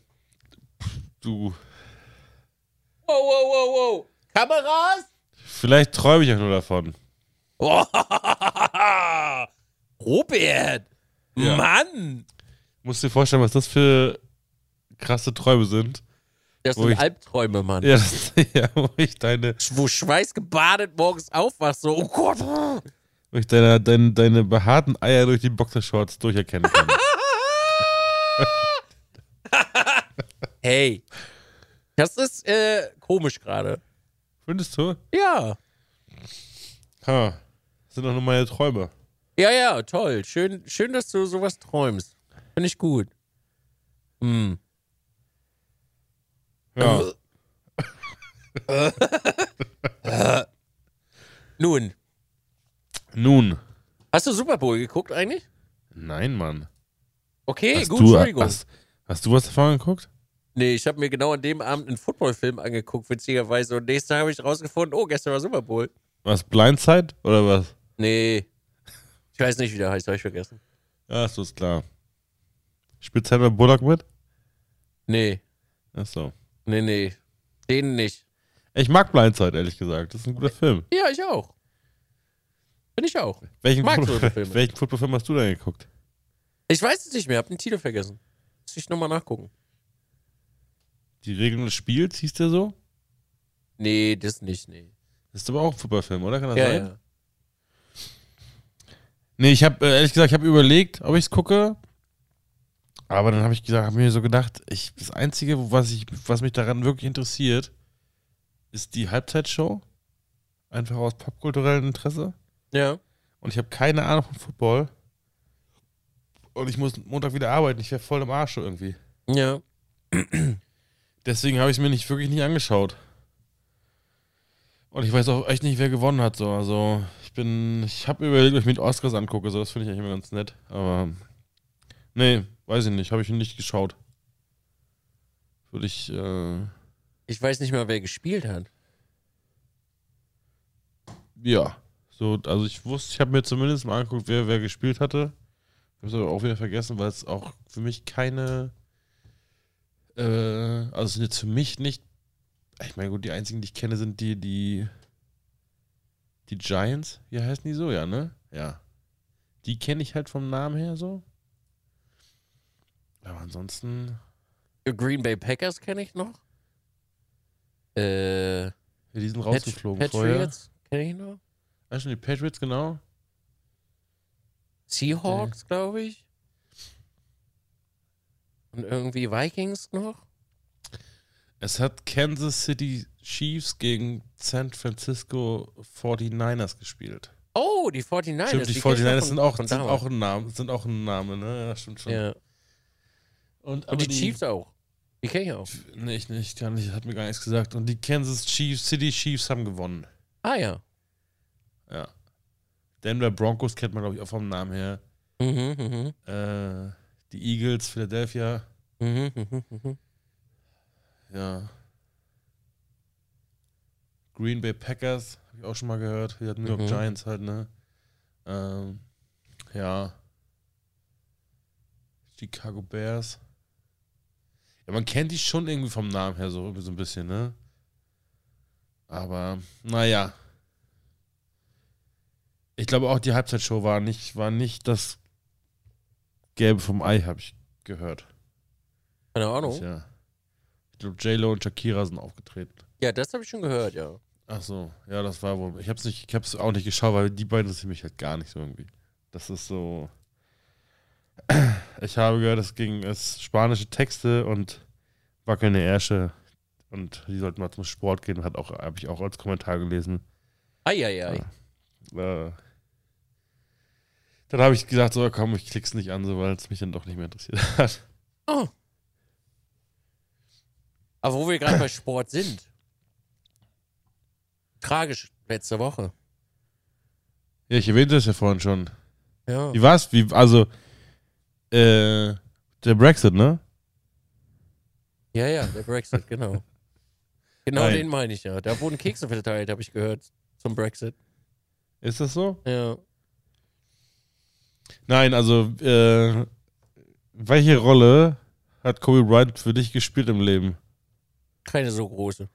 S4: Du.
S3: Wow, wow, wow, wow. Kameras?
S4: Vielleicht träume ich auch nur davon.
S3: Wow. Robert.
S4: Ja.
S3: Mann.
S4: Musst dir vorstellen, was das für krasse Träume sind.
S3: Das
S4: Wo
S3: sind
S4: ich-
S3: Albträume, Mann.
S4: [LAUGHS] Ja, das, ja wo ich deine,
S3: Wo Schweiß gebadet morgens aufwachst, so, oh Gott.
S4: wo ich deine, deine, deine behaarten Eier durch die Boxershorts durcherkennen kann.
S3: Hey. Das ist äh, komisch gerade.
S4: [LAUGHS] Findest du?
S3: Ja.
S4: Ha. Das sind doch nur meine Träume.
S3: Ja, ja, toll. Schön, schön dass du sowas träumst. Finde ich gut. Hm.
S4: Ja.
S3: Nun,
S4: Nun.
S3: hast du Super Bowl geguckt eigentlich?
S4: Nein, Mann.
S3: Okay,
S4: hast,
S3: gut,
S4: du,
S3: Entschuldigung.
S4: hast, hast du was davon geguckt?
S3: Nee, ich habe mir genau an dem Abend einen Footballfilm angeguckt, witzigerweise. Und nächsten Tag habe ich rausgefunden, oh, gestern war Super Bowl.
S4: Was? Blindside oder was?
S3: Nee. Ich weiß nicht, wie der heißt, habe ich vergessen.
S4: Ja, so ist klar. Spielt Sandra Bullock mit?
S3: Nee,
S4: Achso.
S3: nee, nee. Den nicht.
S4: Ich mag Blindside, ehrlich gesagt. Das ist ein guter Film.
S3: Ja, ich auch. Bin ich auch.
S4: Welchen,
S3: mag
S4: Football-
S3: solche Filme.
S4: [LAUGHS] welchen Footballfilm hast du denn geguckt?
S3: Ich weiß es nicht mehr, hab den Titel vergessen. Muss ich nochmal nachgucken.
S4: Die Regeln des Spiels, hieß der so?
S3: Nee, das nicht, nee.
S4: Das ist aber auch ein Footballfilm, oder? Kann das
S3: Ja,
S4: sein?
S3: ja.
S4: Nee, ich habe ehrlich gesagt, ich habe überlegt, ob ich es gucke. Aber dann habe ich gesagt, habe mir so gedacht, ich, das Einzige, wo- was, ich, was mich daran wirklich interessiert, ist die Halbzeitshow. Einfach aus popkulturellem Interesse.
S3: Ja.
S4: Und ich habe keine Ahnung von Football. Und ich muss Montag wieder arbeiten. Ich wäre voll im Arsch irgendwie.
S3: Ja.
S4: Deswegen habe ich es mir nicht wirklich nicht angeschaut. Und ich weiß auch echt nicht, wer gewonnen hat. So. Also ich bin, ich habe überlegt, ob ich mir die Oscars angucke. So, das finde ich eigentlich immer ganz nett. Aber nee, weiß ich nicht. Habe ich nicht geschaut. Würde ich. Äh,
S3: Ich weiß nicht mal, wer gespielt hat.
S4: ja. So, also ich wusste, ich habe mir zumindest mal angeguckt, wer wer gespielt hatte. Ich habe es aber auch wieder vergessen, weil es auch für mich keine. Äh, also es sind jetzt für mich nicht. Ich meine, gut, die einzigen, die ich kenne, sind die, die. Die Giants. Wie heißen die so, ja, ne? Ja. Die kenne ich halt vom Namen her so. Aber ansonsten.
S3: Green Bay Packers kenne ich noch. Äh,
S4: Ja, die sind rausgeflogen
S3: Patri-
S4: vorher.
S3: Patriots kenne ich noch.
S4: Ah, schon die Patriots, genau.
S3: Seahawks, glaube ich. Und irgendwie Vikings noch.
S4: Es hat Kansas City Chiefs gegen San Francisco 49ers gespielt.
S3: Oh, die 49ers.
S4: stimmt, die
S3: kenn ich noch
S4: 49ers
S3: von-
S4: sind auch,
S3: von
S4: sind
S3: damals.
S4: auch ein Name, sind auch ein Name, ne? Ja, stimmt schon.
S3: Ja.
S4: Und,
S3: Und die, Chiefs auch. Die kenne ich auch.
S4: Nee, ich nicht, gar nicht, hat mir gar nichts gesagt. Und die Kansas Chiefs, City Chiefs haben gewonnen.
S3: Ah ja.
S4: Ja. Denver Broncos kennt man, glaube ich, auch vom Namen her.
S3: Mhm, mhm,
S4: Äh, die Eagles, Philadelphia.
S3: mhm, mhm, mhm.
S4: Ja. Green Bay Packers, habe ich auch schon mal gehört. Die hatten New York
S3: Mhm.
S4: Giants halt, ne? Ähm, ja. Chicago Bears. Ja, man kennt die schon irgendwie vom Namen her so, irgendwie so ein bisschen, ne? Aber, naja. Ich glaube auch die Halbzeitshow war nicht, war nicht das Gelbe vom Ei, habe ich gehört.
S3: Keine Ahnung.
S4: Ja. Ich glaube, J-Lo und Shakira sind aufgetreten.
S3: Ja, das habe ich schon gehört, ja.
S4: Ach so, ja, das war wohl. Ich hab's nicht, ich hab's auch nicht geschaut, weil die beiden interessieren mich halt gar nicht so irgendwie. Das ist so. [CLEARS THROAT] Ich habe gehört, es ging es spanische Texte und wackelnde Ärsche und die sollten mal zum Sport gehen. Hat auch habe ich auch als Kommentar gelesen.
S3: Eieiei.
S4: Ja. Äh, dann habe ich gesagt, so komm, ich klick's nicht an, so weil es mich dann doch nicht mehr interessiert [LAUGHS] hat. Ah.
S3: Oh. Aber wo wir gerade bei Sport sind. Tragisch letzte Woche.
S4: Ja, ich erwähnte es ja vorhin schon.
S3: Ja.
S4: Wie war's? Wie, also, äh, der Brexit, ne?
S3: Ja, ja, der Brexit, genau. Genau
S4: Nein.
S3: den meine ich ja. Da wurden Kekse verteilt, habe ich gehört, zum Brexit.
S4: Ist das so?
S3: Ja.
S4: Nein, also, äh, Welche Rolle hat Kobe Bryant für dich gespielt im Leben?
S3: Keine so große.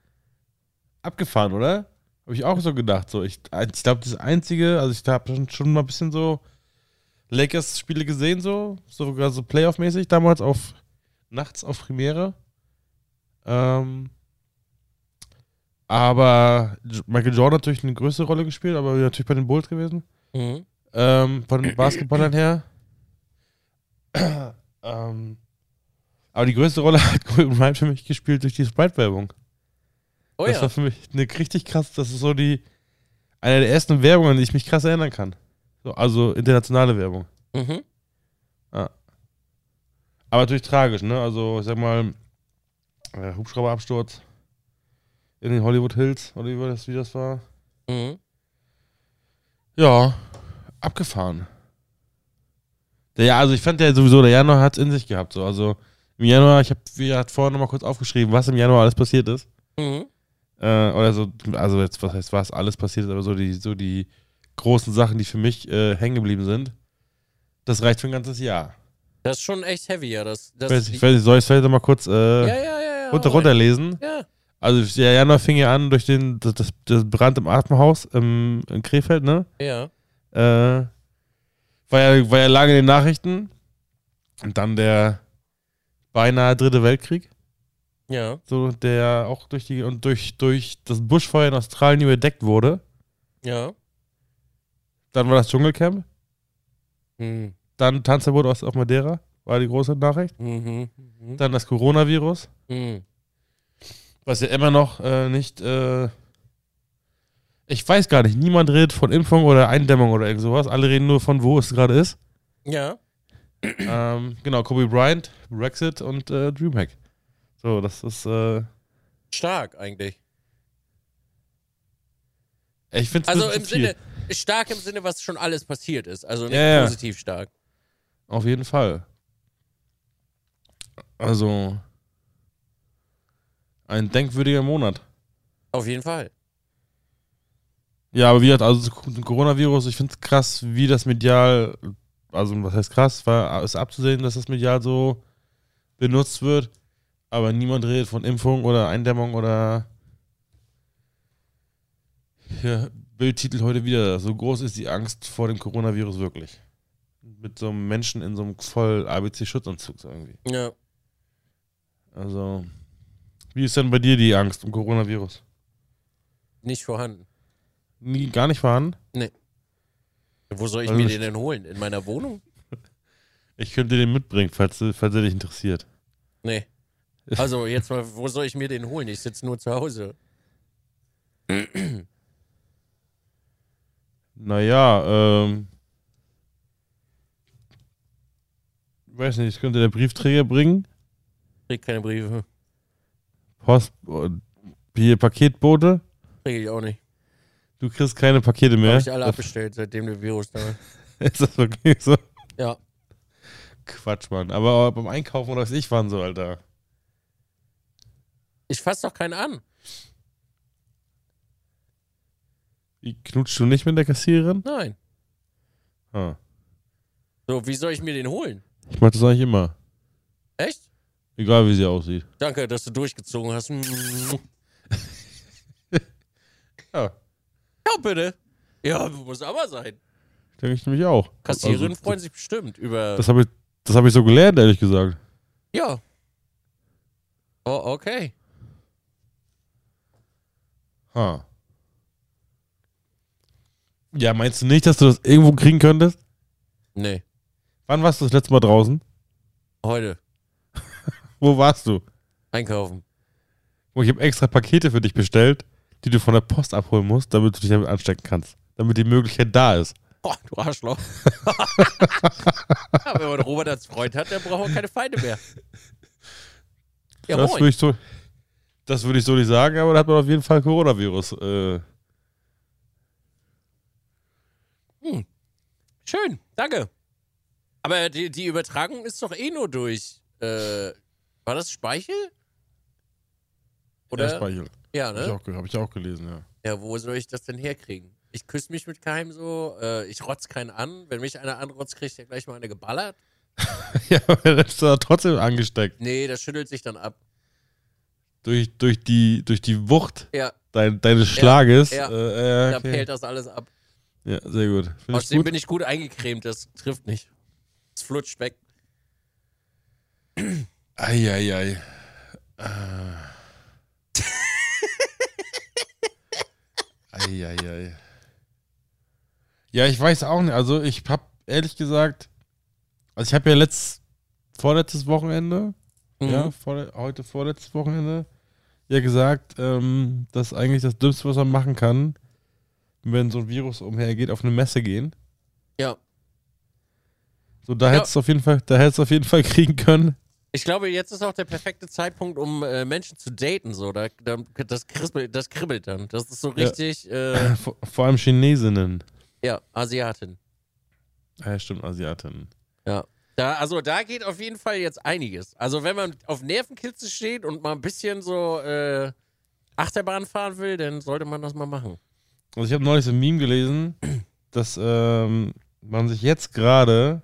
S4: Abgefahren, oder? Habe ich auch so gedacht. So, ich ich glaube, das Einzige, also ich habe schon mal ein bisschen so Lakers-Spiele gesehen, so, sogar so Playoff-mäßig, damals auf nachts auf Premiere. Ähm, aber J- Michael Jordan hat natürlich eine größere Rolle gespielt, aber natürlich bei den Bulls gewesen.
S3: Mhm.
S4: Ähm, von den Basketballern her. ähm, aber die größte Rolle [LAUGHS] hat Kobe Bryant für mich gespielt durch die Sprite-Werbung.
S3: Oh
S4: das
S3: ja.
S4: war für mich eine richtig krass, das ist so die eine der ersten Werbungen, an die ich mich krass erinnern kann. So, also internationale Werbung.
S3: Mhm.
S4: Aber natürlich tragisch, ne? Also, ich sag mal, äh, Hubschrauberabsturz in den Hollywood Hills oder wie war das, wie das war.
S3: Mhm.
S4: Ja, abgefahren. Der, ja, also ich fand der sowieso, der Januar hat es in sich gehabt. So. Also im Januar, ich habe, wir hat vorhin nochmal kurz aufgeschrieben, was im Januar alles passiert ist.
S3: Mhm.
S4: Äh, oder so, also jetzt, was heißt, was alles passiert ist, aber so die, so die großen Sachen, die für mich äh, hängen geblieben sind, das reicht für ein ganzes Jahr.
S3: Das ist schon echt heavy, ja. Das, das
S4: Ich weiß, ich weiß, nicht, soll ich es vielleicht nochmal kurz äh,
S3: ja, ja, ja, ja.
S4: runter,
S3: hau rein.
S4: runterlesen?
S3: Ja.
S4: Also der Januar fing ja an durch den, das, das, das Brand im Atmenhaus im, in Krefeld, ne?
S3: Ja.
S4: äh, war, ja, war ja lange in den Nachrichten. Und dann der beinahe Dritte Weltkrieg,
S3: Ja.
S4: so der auch durch die und durch, durch das Buschfeuer in Australien überdeckt wurde.
S3: Ja.
S4: Dann war das Dschungelcamp.
S3: Mhm.
S4: Dann Tanzverbot aus- auf Madeira, war die große Nachricht.
S3: Mhm. Mhm.
S4: Dann das Coronavirus,
S3: Mhm.
S4: was ja immer noch äh, nicht. Äh, ich weiß gar nicht, niemand redet von Impfung oder Eindämmung oder irgend sowas. Alle reden nur von, wo es gerade ist.
S3: Ja.
S4: ähm, genau, Kobe Bryant, Brexit und äh, Dreamhack. So, das ist. Äh,
S3: Stark eigentlich.
S4: ich finde es
S3: Also im Sinne, stark im Sinne, was schon alles passiert ist. Also nicht
S4: Ja, ja.
S3: positiv stark.
S4: Auf jeden Fall. Also. Ein denkwürdiger Monat.
S3: Auf jeden Fall.
S4: Ja, aber wie gesagt, also zum Coronavirus, ich finde es krass, wie das medial. Also, was heißt krass? War ist abzusehen, dass das medial so benutzt wird. Aber niemand redet von Impfung oder Eindämmung oder. Ja, Bildtitel heute wieder. So groß ist die Angst vor dem Coronavirus wirklich. Mit so einem Menschen in so einem voll ABC-Schutzanzug so irgendwie.
S3: Ja.
S4: Also, wie ist denn bei dir die Angst um Coronavirus?
S3: Nicht vorhanden.
S4: Nie, gar nicht vorhanden?
S3: Wo soll ich
S4: Also
S3: mir
S4: ich-
S3: den denn holen? In meiner Wohnung?
S4: Ich könnte den mitbringen, falls, du- falls er dich interessiert. [LAUGHS]
S3: Nee. Also jetzt mal, wo soll ich mir den holen? Ich sitze nur zu Hause.
S4: Naja, ähm. Weiß nicht, das könnte der Briefträger bringen.
S3: Krieg keine Briefe.
S4: Post, äh, hier Paketbote.
S3: Krieg ich auch nicht.
S4: Du kriegst keine Pakete mehr.
S3: Hab ich alle abbestellt, seitdem der Virus da ist.
S4: [LAUGHS] Ist das wirklich so?
S3: Ja.
S4: Quatsch, Mann. Aber beim Einkaufen oder was ich waren so, Alter.
S3: Ich fass doch keinen an.
S4: Wie, Knutschst du nicht mit der Kassiererin?
S3: Nein.
S4: Ah.
S3: So, wie soll ich mir den holen?
S4: Ich mach das eigentlich immer.
S3: Echt?
S4: Egal wie sie aussieht.
S3: Danke, dass du durchgezogen hast. Mm. Ja,
S4: [LAUGHS] Ja,
S3: bitte. Ja, muss aber sein.
S4: denke ich nämlich auch.
S3: Kassiererinnen
S4: Also,
S3: freuen sich bestimmt über.
S4: Das habe ich, das hab ich so gelernt, ehrlich gesagt.
S3: ja. Oh, okay.
S4: Ha. Ja, meinst du nicht, dass du das irgendwo kriegen könntest?
S3: Nee,
S4: Wann warst du das letzte Mal draußen?
S3: heute.
S4: Wo warst du?
S3: Einkaufen.
S4: Oh, ich habe extra Pakete für dich bestellt, die du von der Post abholen musst, damit du dich damit anstecken kannst. Damit die Möglichkeit da ist.
S3: Boah, du
S4: [LAUGHS]
S3: Arschloch. ja, wenn man Robert als Freund hat, dann braucht man keine Feinde mehr. Ja,
S4: das würde
S3: moin.
S4: ich, so, das würd ich so nicht sagen, aber da hat man auf jeden Fall Coronavirus. Äh,
S3: Schön, danke. Aber die, die Übertragung ist doch eh nur durch. Äh, war das Speichel?
S4: ja,
S3: Oder?
S4: Speichel.
S3: Ja,
S4: Habe ich,
S3: ne?
S4: auch ge- hab ich auch gelesen, ja.
S3: Ja, wo soll ich das denn herkriegen? Ich küsse mich mit keinem so, äh, ich rotz keinen an. Wenn mich einer anrotzt, kriegt er gleich mal eine geballert.
S4: [LAUGHS] ja, aber dann ist er trotzdem angesteckt.
S3: Nee, das schüttelt sich dann ab.
S4: Durch, durch, die, durch die Wucht
S3: Ja,
S4: dein, deines Schlages.
S3: ja.
S4: äh, äh,
S3: da
S4: okay.
S3: pellt das alles ab.
S4: ja sehr gut. Find ich
S3: Außerdem
S4: gut.
S3: bin ich gut eingecremt, das trifft nicht. Es flutscht weg.
S4: Eieiei. Ah. Eieiei. Ja, ich weiß auch nicht. Also, ich habe ehrlich gesagt, also ich habe ja letzt, vorletztes Wochenende,
S3: Mhm.
S4: ja, vorle heute vorletztes Wochenende, ja gesagt, ähm, dass eigentlich das Dümmste, was man machen kann, wenn so ein Virus umhergeht, auf eine Messe gehen.
S3: ja.
S4: So, da
S3: Ja.
S4: hättest du auf jeden Fall, da hättest du auf jeden Fall [LAUGHS] kriegen können.
S3: Ich glaube, jetzt ist auch der perfekte Zeitpunkt, um äh, Menschen zu daten. So. Da, da, das, kribbelt, das kribbelt dann. Das ist so
S4: Ja.
S3: richtig,
S4: [LAUGHS]
S3: ja, äh,
S4: Vor, vor allem Chinesinnen.
S3: ja Asiatin.
S4: Ah, ja, stimmt, Asiatinnen.
S3: Ja. Da, also da geht auf jeden Fall jetzt einiges. Also wenn man auf Nervenkitzel steht und mal ein bisschen so äh, Achterbahn fahren will, dann sollte man das mal
S4: [LAUGHS]
S3: machen.
S4: Also ich habe neulich so ein Meme gelesen, dass ähm, man sich jetzt gerade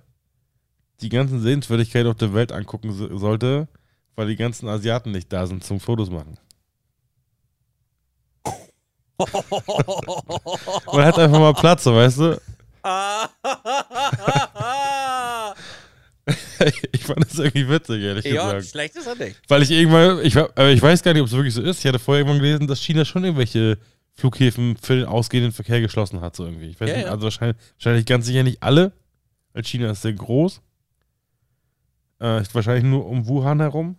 S4: die ganzen Sehenswürdigkeiten auf der Welt angucken so sollte, weil die ganzen Asiaten nicht da sind zum Fotos machen. Man hat einfach mal Platz, so, weißt du? [LAUGHS] Ich fand das irgendwie witzig, ehrlich
S3: ja,
S4: gesagt.
S3: schlecht ist er nicht.
S4: Weil ich irgendwann, ich, wa- aber ich weiß gar nicht, ob es wirklich so ist. Ich hatte vorher irgendwann gelesen, dass China schon irgendwelche Flughäfen für den ausgehenden Verkehr geschlossen hat, so irgendwie. Ich weiß
S3: Ja,
S4: nicht,
S3: ja.
S4: also wahrscheinlich, wahrscheinlich ganz sicher nicht alle, weil China ist sehr groß. Äh, ist wahrscheinlich nur um Wuhan herum.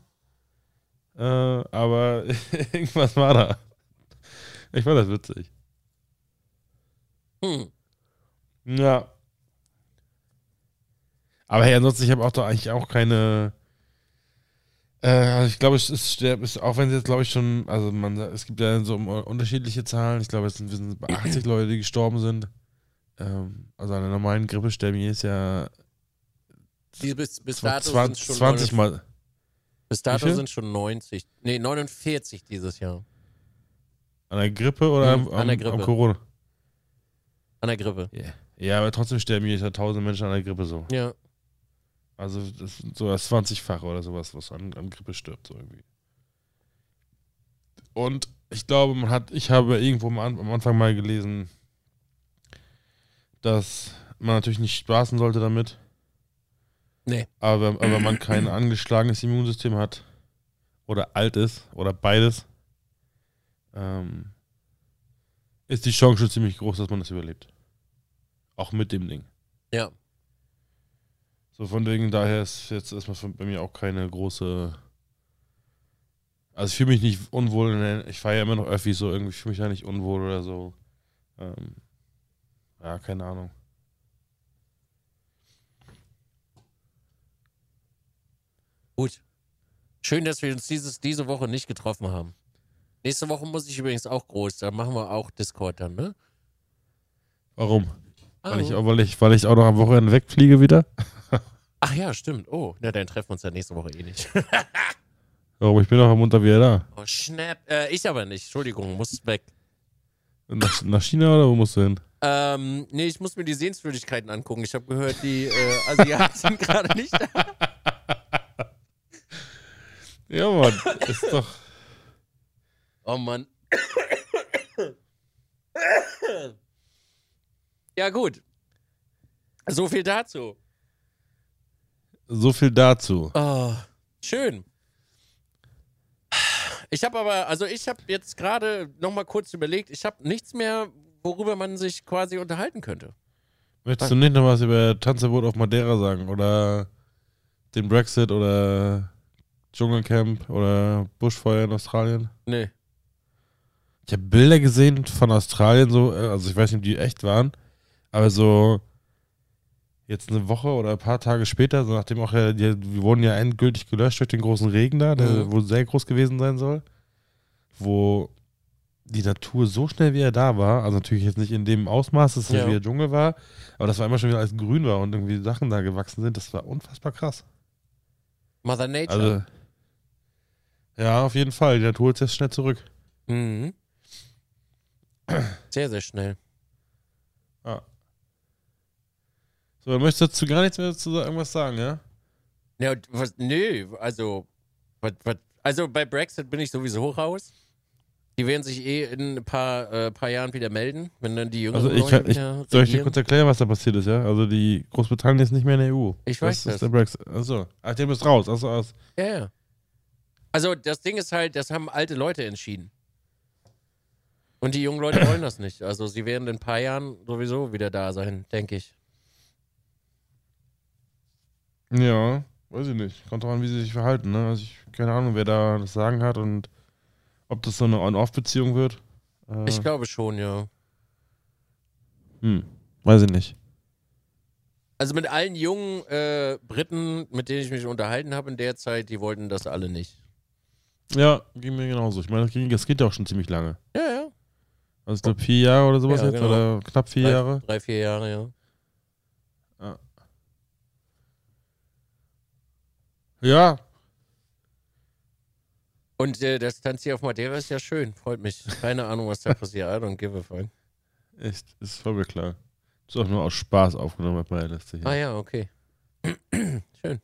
S4: Äh, aber [LAUGHS] irgendwas war da. Ich fand das witzig.
S3: Hm.
S4: Ja. Aber hey, ansonsten, ich habe auch da eigentlich auch keine. Äh, also ich glaube, es ist, sterb- ist auch wenn es jetzt, glaube ich, schon, also man, es gibt ja so um, unterschiedliche Zahlen. Ich glaube, jetzt sind wir sind bei 80 Leute, die gestorben sind. Ähm, also an einer normalen Grippe sterben jedes Jahr
S3: Die bis, bis dato
S4: 20,
S3: sind schon
S4: 20
S3: neun-
S4: Mal.
S3: Bis
S4: Wie
S3: dato
S4: viel?
S3: sind schon 90. Nee, 49 dieses Jahr.
S4: An der Grippe oder
S3: Mhm,
S4: am,
S3: an der
S4: am- am
S3: Grippe.
S4: Corona?
S3: An der Grippe.
S4: Ja, aber trotzdem sterben jedes Jahr tausende Menschen an der Grippe so.
S3: Ja.
S4: Also das sind so das 20-fache oder sowas, was an, an Grippe stirbt so irgendwie. Und ich glaube, man hat, ich habe irgendwo am, An- am Anfang mal gelesen, dass man natürlich nicht spaßen sollte damit.
S3: Nee.
S4: Aber, aber wenn man kein angeschlagenes Immunsystem hat oder alt ist oder beides, ähm, ist die Chance schon ziemlich groß, dass man das überlebt. Auch mit dem Ding.
S3: Ja.
S4: So von wegen daher ist jetzt erstmal von- bei mir auch keine große. Also ich fühle mich nicht unwohl. in der- Ich fahre ja immer noch Öffi so irgendwie. Ich fühle mich da nicht unwohl oder so. Ähm, ja, keine Ahnung.
S3: Gut. Schön, dass wir uns dieses, diese Woche nicht getroffen haben. Nächste Woche muss ich übrigens auch groß. Da machen wir auch Discord dann, ne?
S4: Warum? Weil, ich,
S3: Ah,
S4: weil, ich, weil ich auch noch am Wochenende wegfliege wieder?
S3: Ach ja, stimmt. Oh, na, dann treffen wir uns ja nächste Woche eh nicht.
S4: Warum? Ich bin auch am Montag wieder da.
S3: [LAUGHS] oh, schnapp. Äh, ich aber nicht. Entschuldigung, muss weg.
S4: Nach, nach China oder wo musst du hin?
S3: Ähm, nee, ich muss mir die Sehenswürdigkeiten angucken. Ich habe gehört, die äh, Asiaten [LAUGHS] sind gerade nicht da.
S4: Ja, Mann. [LAUGHS] Ist doch.
S3: Oh [LAUGHS] Mann. ja, gut. So viel dazu.
S4: So viel dazu.
S3: Oh, schön. Ich habe aber, also ich habe jetzt gerade noch mal kurz überlegt, ich habe nichts mehr, worüber man sich quasi unterhalten könnte.
S4: Möchtest du nicht noch was über Tanzverbot auf Madeira sagen? Oder den Brexit oder Dschungelcamp oder Buschfeuer in Australien?
S3: Nee.
S4: Ich habe Bilder gesehen von Australien, so, äh, also ich weiß nicht, ob die echt waren, aber so jetzt eine Woche oder ein paar Tage später, so nachdem auch ja, die, die wurden ja endgültig gelöscht durch den großen Regen da, der
S3: Mhm.
S4: wohl sehr groß gewesen sein soll, wo die Natur so schnell wie er da war, also natürlich jetzt nicht in dem Ausmaß, dass es
S3: Ja.
S4: wie der Dschungel war, aber das war immer schon wieder alles grün war und irgendwie Sachen da gewachsen sind, das war unfassbar krass.
S3: Mother Nature.
S4: Also ja, auf jeden Fall, die Natur ist jetzt schnell zurück.
S3: Mhm. Sehr, sehr schnell.
S4: So, dann möchtest du dazu gar nichts mehr zu sa- irgendwas sagen, ja?
S3: Ja, und was, nö, also, was, was, also bei Brexit bin ich sowieso raus. Die werden sich eh in ein paar, äh, paar Jahren wieder melden, wenn dann die Jüngeren
S4: Also ich,
S3: neuen
S4: kann, ich
S3: wieder
S4: soll ich dir
S3: regieren.
S4: kurz erklären, was da passiert ist, ja? Also die Großbritannien ist nicht mehr in der EU.
S3: Ich weiß
S4: das.
S3: das.
S4: ist der Brexit. Achso. Ach, dem ist raus. Achso, aus.
S3: Ja, ja. Also das Ding ist halt, das haben alte Leute entschieden. Und die jungen Leute wollen das nicht. Also sie werden in ein paar Jahren sowieso wieder da sein, denke ich.
S4: Ja, weiß ich nicht. Kommt drauf an, wie sie sich verhalten, ne? Also ich, keine Ahnung, wer da das Sagen hat und ob das so eine On-Off-Beziehung wird. Äh,
S3: Ich glaube schon, ja.
S4: hm, weiß ich nicht.
S3: Also mit allen jungen äh, Briten, mit denen ich mich unterhalten habe in der Zeit, die wollten das alle nicht.
S4: Ja, ging mir genauso. Ich meine, das, ging, das geht ja auch schon ziemlich lange.
S3: Ja, ja.
S4: Also ich glaube vier Jahre oder sowas
S3: Ja,
S4: jetzt
S3: genau.
S4: oder knapp vier
S3: Drei-
S4: Jahre.
S3: Drei, vier Jahre, ja.
S4: Ja,
S3: Und äh, das Tanz hier auf Madeira ist ja schön, freut mich. Keine Ahnung, was da passiert. I don't give a fuck.
S4: echt, ist voll mir klar. Ist auch nur aus Spaß aufgenommen hat meine Liste hier.
S3: Ah ja, okay. schön.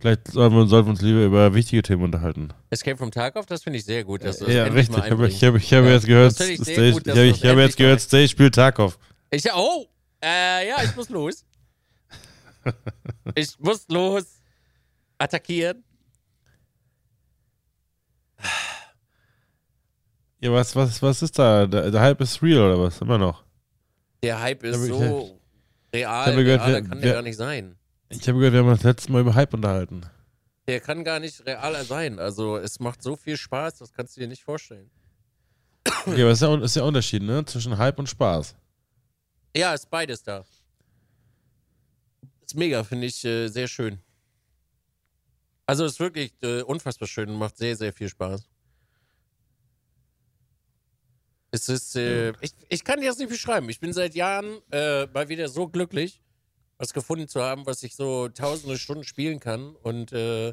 S4: Vielleicht sollten wir, sollten wir uns lieber über wichtige Themen unterhalten.
S3: Escape from Tarkov, das finde ich sehr gut, dass du das
S4: Äh, ja,
S3: Äh, endlich
S4: richtig.
S3: mal
S4: Ich habe
S3: einbringst.
S4: ich hab, ich hab
S3: Ja,
S4: jetzt gehört,
S3: das finde ich sehr
S4: Stage,
S3: gut,
S4: ich
S3: dass
S4: habe
S3: du
S4: ich
S3: das
S4: hab
S3: endlich
S4: jetzt gehört,
S3: mal-
S4: Stage spielt Tarkov.
S3: Ich, oh, äh, ja, ich muss los. ich muss los. Attackieren.
S4: Ja, was, was, was ist da? Der, der Hype ist real oder was? Immer noch.
S3: Der Hype ist
S4: Aber ich-
S3: so
S4: Ich
S3: real,
S4: habe gehört,
S3: realer
S4: wer-
S3: kann
S4: wer-
S3: der gar nicht sein.
S4: Ich habe gehört, wir haben uns das letzte Mal über Hype unterhalten.
S3: Der kann gar nicht realer sein. Also es macht so viel Spaß, das kannst du dir nicht vorstellen.
S4: Okay, aber ist ja, un- ist ja Unterschied, ne? Zwischen Hype und Spaß.
S3: Ja, ist beides da. Ist mega, finde ich äh, sehr schön. Also ist wirklich äh, unfassbar schön und macht sehr, sehr viel Spaß. Es ist, äh, ich, ich kann dir das nicht beschreiben. Ich bin seit Jahren äh, mal wieder so glücklich, was gefunden zu haben, was ich so tausende Stunden spielen kann. Und äh,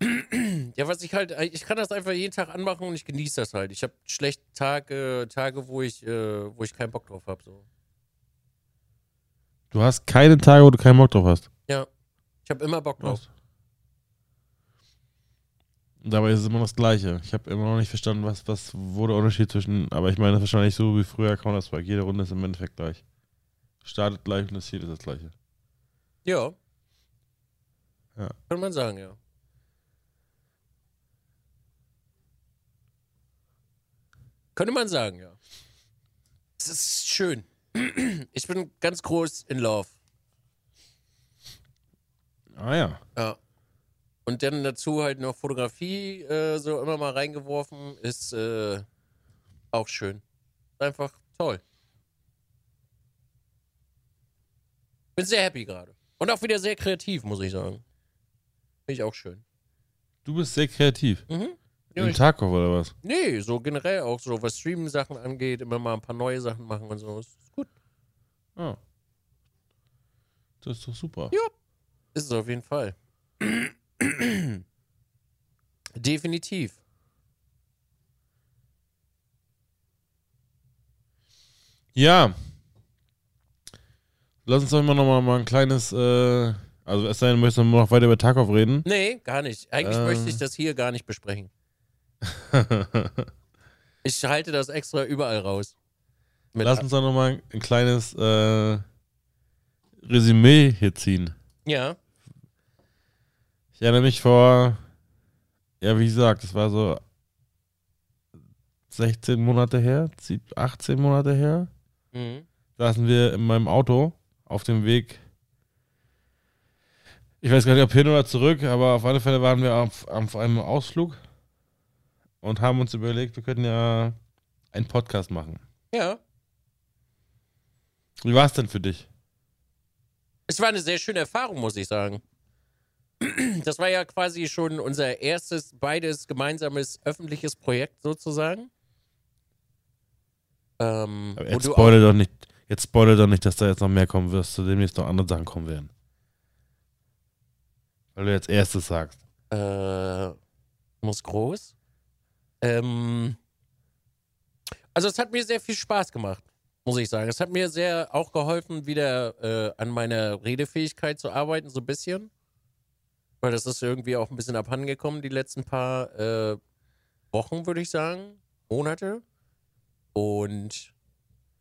S3: ja, was ich halt, ich kann das einfach jeden Tag anmachen und ich genieße das halt. Ich habe schlechte Tage, Tage, wo ich, äh, wo ich keinen Bock drauf habe. So.
S4: Du hast keine Tage, wo du keinen Bock drauf hast.
S3: Ja. Ich habe immer Bock drauf.
S4: Und Dabei ist es immer noch das Gleiche. Ich habe immer noch nicht verstanden, was, was, wo der Unterschied zwischen. Aber ich meine, das ist wahrscheinlich so wie früher Counter-Strike. Jede Runde ist im Endeffekt gleich. Startet gleich und das Ziel ist das Gleiche.
S3: Ja.
S4: Ja.
S3: Kann man sagen, ja. Könnte man sagen, ja. Es ist schön. Ich bin ganz groß in Love.
S4: Ah ja.
S3: Ja. Und dann dazu halt noch Fotografie äh, so immer mal reingeworfen, ist äh, auch schön. Einfach toll. Bin sehr happy gerade. Und auch wieder sehr kreativ, muss ich sagen. Finde ich auch schön.
S4: Du bist sehr kreativ.
S3: Mhm. Ja,
S4: Im
S3: ich,
S4: Tarkov oder was?
S3: nee, so generell auch so, was Streamen-Sachen angeht, immer mal ein paar neue Sachen machen und so. Ist gut.
S4: Ah. Das ist doch super.
S3: Ist es auf jeden Fall. [CLEARS THROAT] Definitiv.
S4: Ja. Lass uns doch immer noch mal, mal ein kleines. Äh, also, es sei denn, möchtest du noch weiter über Tarkov
S3: [LAUGHS]
S4: reden?
S3: Nee, gar nicht. Eigentlich
S4: Ähm.
S3: möchte ich das hier gar nicht besprechen. Ich halte das extra überall raus. Mit
S4: Lass uns doch noch mal ein kleines äh, Resümee hier ziehen.
S3: ja,
S4: Ich erinnere mich vor, ja, wie gesagt, das war so 16 Monate her, sieb- 18 Monate her,
S3: mhm.
S4: saßen wir in meinem Auto auf dem Weg. Ich weiß gar nicht, ob hin oder zurück, aber auf alle Fälle waren wir auf, auf einem Ausflug und haben uns überlegt, wir könnten ja einen Podcast machen.
S3: ja.
S4: Wie war es denn für dich?
S3: Es war eine sehr schöne Erfahrung, muss ich sagen. [CLEARS THROAT] Das war ja quasi schon unser erstes, beides gemeinsames öffentliches Projekt sozusagen. Ähm,
S4: Aber
S3: wo
S4: jetzt
S3: du auch-
S4: spoilert doch nicht, jetzt spoilert doch nicht, dass da jetzt noch mehr kommen wirst, zu demnächst noch andere Sachen kommen werden. Weil du jetzt erstes sagst.
S3: äh, muss groß. Ähm, also es hat mir sehr viel Spaß gemacht. muss ich sagen. Es hat mir sehr auch geholfen, wieder äh, an meiner Redefähigkeit zu arbeiten, so ein bisschen. Weil das ist irgendwie auch ein bisschen abhandengekommen, die letzten paar äh, Wochen, würde ich sagen. Monate. Und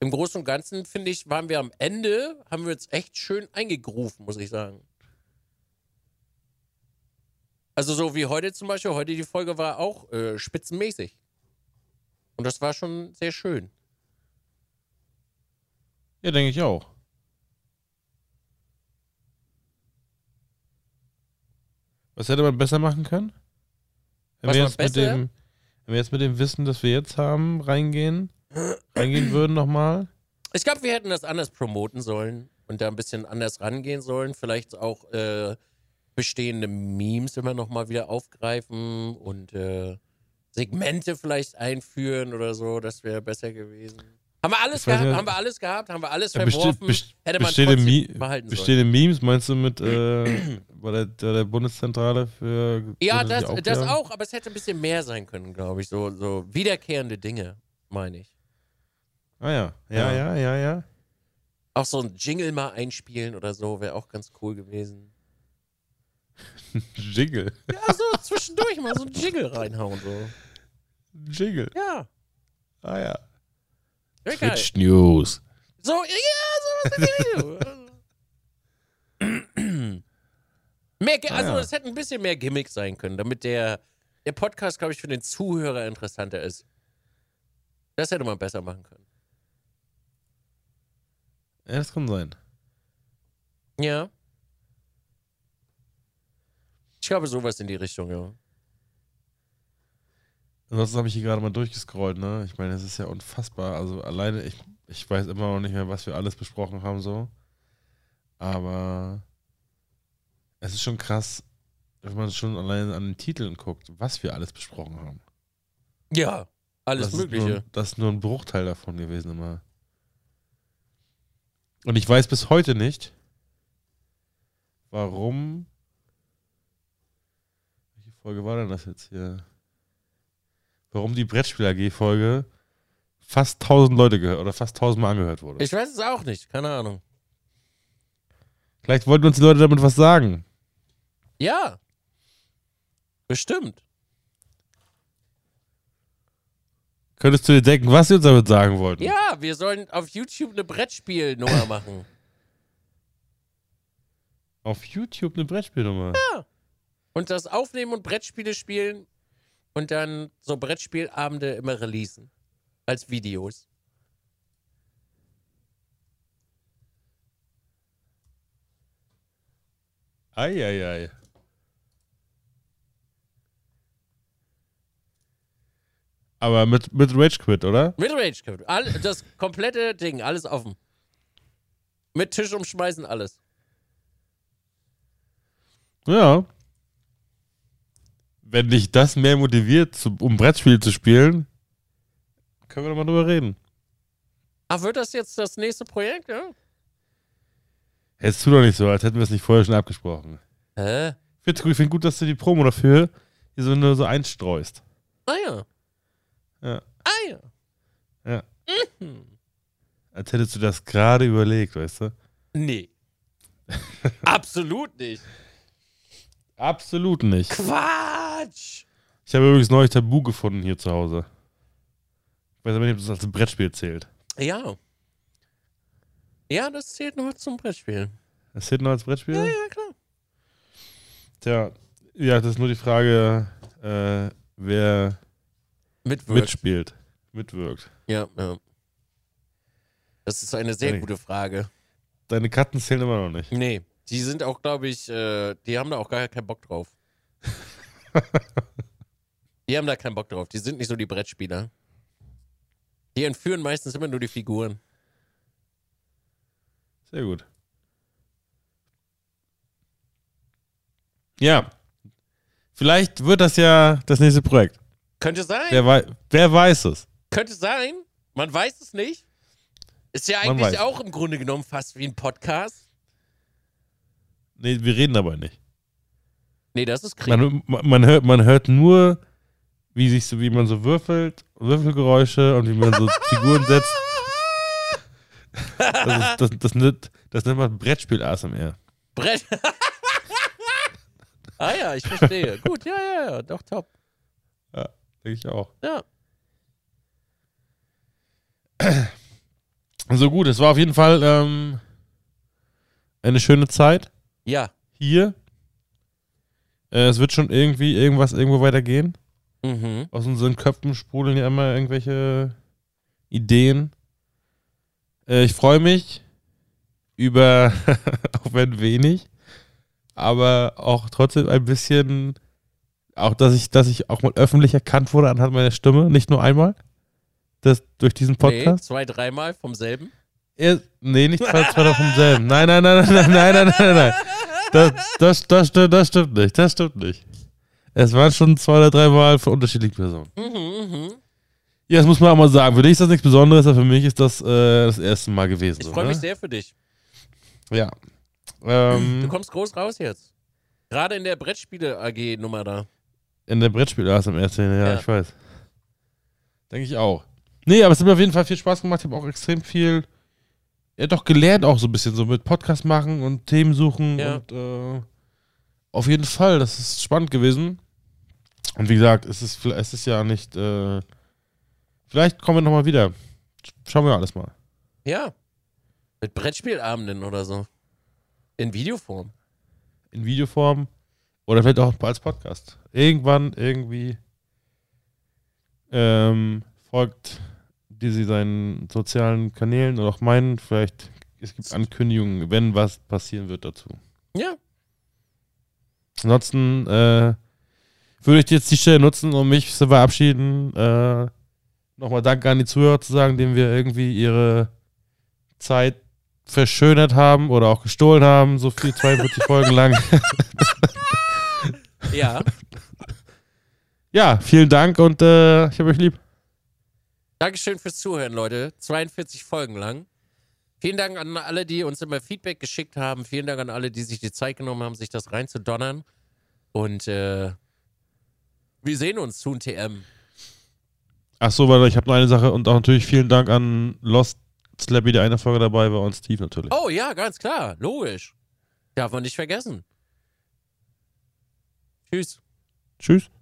S3: im Großen und Ganzen, finde ich, waren wir am Ende, haben wir uns echt schön eingegrufen, muss ich sagen. Also so wie heute zum Beispiel, heute die Folge war auch äh, spitzenmäßig. Und das war schon sehr schön.
S4: Ja, denke ich auch. Was hätte man besser machen können? Wenn
S3: Was
S4: wir,
S3: man
S4: jetzt mit
S3: besser-
S4: dem, wenn wir jetzt mit dem Wissen, das wir jetzt haben, reingehen, [CLEARS THROAT] reingehen würden nochmal.
S3: Ich glaube, wir hätten das anders promoten sollen und da ein bisschen anders rangehen sollen. Vielleicht auch äh, bestehende Memes immer nochmal wieder aufgreifen und äh, Segmente vielleicht einführen oder so. Das wäre besser gewesen. Haben wir alles
S4: Ich weiß
S3: gehabt?
S4: nicht.
S3: Haben wir alles gehabt? Haben wir alles
S4: Ja,
S3: verworfen?
S4: Äh, besti- best-
S3: hätte man
S4: bestehende,
S3: trotzdem
S4: Mi
S3: behalten sollen.
S4: bestehende Memes, meinst du,
S3: [CLEARS THROAT]
S4: mit äh, bei, der, bei der Bundeszentrale für
S3: Ja, das,
S4: grundsätzliche
S3: das
S4: Aufklärung?
S3: auch, aber es hätte ein bisschen mehr sein können, glaube ich. So, so wiederkehrende Dinge, meine ich.
S4: Ah ja. Ja, ja, ja, ja.
S3: Auch so ein Jingle mal einspielen oder so wäre auch ganz cool gewesen.
S4: [LAUGHS] Jingle.
S3: Ja, so zwischendurch mal so ein Jingle reinhauen. So.
S4: Jingle.
S3: Ja,
S4: Ah ja.
S3: sehr geil.
S4: News.
S3: So, ja, sowas in die Richtung. [CLEARS THROAT] mehr, Gi- also
S4: Ah, ja.
S3: es hätte ein bisschen mehr Gimmick sein können, damit der, der Podcast, glaube ich, für den Zuhörer interessanter ist. Das hätte man besser machen können.
S4: Ja, das kann sein.
S3: Ja. Ich glaube, sowas in die Richtung, ja.
S4: Ansonsten habe ich hier gerade mal durchgescrollt, ne? Ich meine, das ist ja unfassbar. Also alleine, ich, ich weiß immer noch nicht mehr, was wir alles besprochen haben, so. Aber es ist schon krass, wenn man schon alleine an den Titeln guckt, was wir alles besprochen haben.
S3: Ja, alles
S4: das Ist
S3: Mögliche.
S4: nur, das ist nur ein Bruchteil davon gewesen immer. Und ich weiß bis heute nicht, warum. Welche Folge war denn das jetzt hier? Warum die Brettspiel AG-Folge fast 1000 Leute gehört oder fast 1000 Mal angehört wurde.
S3: Ich weiß es auch nicht, keine Ahnung.
S4: Vielleicht wollten uns die Leute damit was sagen.
S3: Ja. Bestimmt.
S4: Könntest du dir denken, was sie uns damit sagen wollten?
S3: Ja, wir sollen auf YouTube eine Brettspielnummer machen.
S4: Auf YouTube eine Brettspielnummer.
S3: Und das aufnehmen und Brettspiele spielen und dann so Brettspielabende immer releasen. Als Videos.
S4: Eieiei. Aber mit, mit Rage Quit, oder?
S3: Mit Rage Quit. All, das komplette Ding, alles offen. Mit Tisch umschmeißen, alles.
S4: Ja. Wenn dich das mehr motiviert, zu, um Brettspiel zu spielen, können wir nochmal drüber reden.
S3: Ach, wird das jetzt das nächste Projekt, ja?
S4: Hättest du doch nicht so, als hätten wir es nicht vorher schon abgesprochen.
S3: Hä?
S4: Ich finde gut, ich find gut, dass du die Promo dafür hier so, nur so einstreust.
S3: Ah ja.
S4: Ja.
S3: Ah ja.
S4: Als hättest du das gerade überlegt, weißt du?
S3: Nee. Absolut nicht.
S4: Absolut nicht.
S3: Quatsch!
S4: Ich habe übrigens neulich Tabu gefunden hier zu Hause. Ich weiß aber nicht, ob das als Brettspiel zählt.
S3: Ja. Ja, das zählt noch zum Brettspielen.
S4: Das zählt noch als Brettspiel?
S3: Ja, ja, klar.
S4: Tja, ja, das ist nur die Frage, äh, wer
S3: Mitwirken.
S4: mitspielt, mitwirkt.
S3: Ja, ja. Das ist eine sehr
S4: Nee.
S3: gute Frage.
S4: Deine Karten zählen immer noch nicht.
S3: Nee, die sind auch, glaube ich, äh, die haben da auch gar keinen Bock
S4: [LAUGHS]
S3: drauf. die haben da keinen Bock drauf. Die sind nicht so die Brettspieler. Die entführen meistens immer nur die Figuren.
S4: Sehr gut. Ja, vielleicht wird das ja das nächste Projekt.
S3: Könnte sein.
S4: Wer, wei wer weiß es?
S3: Könnte sein. Man weiß es nicht. Ist ja
S4: Man
S3: eigentlich
S4: weiß.
S3: auch im Grunde genommen fast wie ein Podcast.
S4: Nee, wir reden dabei nicht.
S3: Nee, das ist Krieg.
S4: Man, man, man, hört, man hört nur, wie, sich so, wie man so würfelt, Würfelgeräusche und wie man so Figuren setzt. Das, ist, das, das, nennt, das nennt man Brettspiel ASMR.
S3: Brett. [LAUGHS] ah ja, ich verstehe. Gut, ja, ja, ja, doch top.
S4: Denke ich auch.
S3: Ja.
S4: [CLEARS THROAT] So gut, es war auf jeden Fall ähm, eine schöne Zeit
S3: Ja.
S4: hier. Äh, es wird schon irgendwie irgendwas irgendwo weitergehen.
S3: Mhm.
S4: Aus unseren Köpfen sprudeln ja immer irgendwelche Ideen. Äh, ich freue mich über, [LAUGHS] auch wenn wenig, aber auch trotzdem ein bisschen, auch dass ich, dass ich auch mal öffentlich erkannt wurde anhand meiner Stimme, nicht nur einmal. Das durch diesen
S3: Nee,
S4: Podcast.
S3: zwei, dreimal vom selben.
S4: Er, nee, nicht zwei, zwei doch vom selben. Nein, nein, nein, nein, nein, nein, nein, nein, nein. Das, das, das, stimmt, das stimmt nicht. Das stimmt nicht. Es waren schon zwei oder drei Mal von unterschiedlichen Personen.
S3: Mhm, mhm.
S4: Ja, das muss man auch mal sagen. Für dich ist das nichts Besonderes, aber für mich ist das äh, das erste Mal gewesen.
S3: Ich
S4: so,
S3: freue
S4: ne?
S3: mich sehr für dich.
S4: Ja.
S3: Du
S4: Ähm,
S3: kommst groß raus jetzt. Gerade in der Brettspiele AG Nummer da.
S4: in der Brettspiel hast du am ersten, ja,
S3: Ja.
S4: ich weiß. Denke ich auch. Nee, aber es hat mir auf jeden Fall viel Spaß gemacht. Ich habe auch extrem viel, ja, doch gelernt auch so ein bisschen, so mit Podcast machen und Themen suchen
S3: Ja.
S4: und äh, auf jeden Fall, das ist spannend gewesen. Und wie gesagt, es ist, es ist ja nicht, äh, vielleicht kommen wir nochmal wieder. Schauen wir alles mal.
S3: Ja. Mit Brettspielabenden oder so. In Videoform.
S4: in Videoform oder vielleicht auch als Podcast. Irgendwann, irgendwie ähm, folgt Dizzy seinen sozialen Kanälen oder auch meinen. Vielleicht es gibt Ankündigungen, wenn was passieren wird dazu.
S3: Ja.
S4: Ansonsten äh, würde ich jetzt die Stelle nutzen, um mich zu verabschieden. Äh, Nochmal Danke an die Zuhörer zu sagen, denen wir irgendwie ihre Zeit verschönert haben oder auch gestohlen haben, so viel 42 Folgen lang.
S3: Ja.
S4: Ja, vielen Dank und äh, ich habe euch lieb.
S3: Dankeschön fürs Zuhören, Leute. 42 Folgen lang. Vielen Dank an alle, die uns immer Feedback geschickt haben. Vielen Dank an alle, die sich die Zeit genommen haben, sich das reinzudonnern. Und äh, wir sehen uns zu TM.
S4: Ach so, warte, ich habe noch eine Sache und auch natürlich vielen Dank an Lost Slappy, der eine Folge dabei war und Steve natürlich.
S3: Oh ja, ganz klar. Logisch. Darf man nicht vergessen. Tschüss.
S4: Tschüss.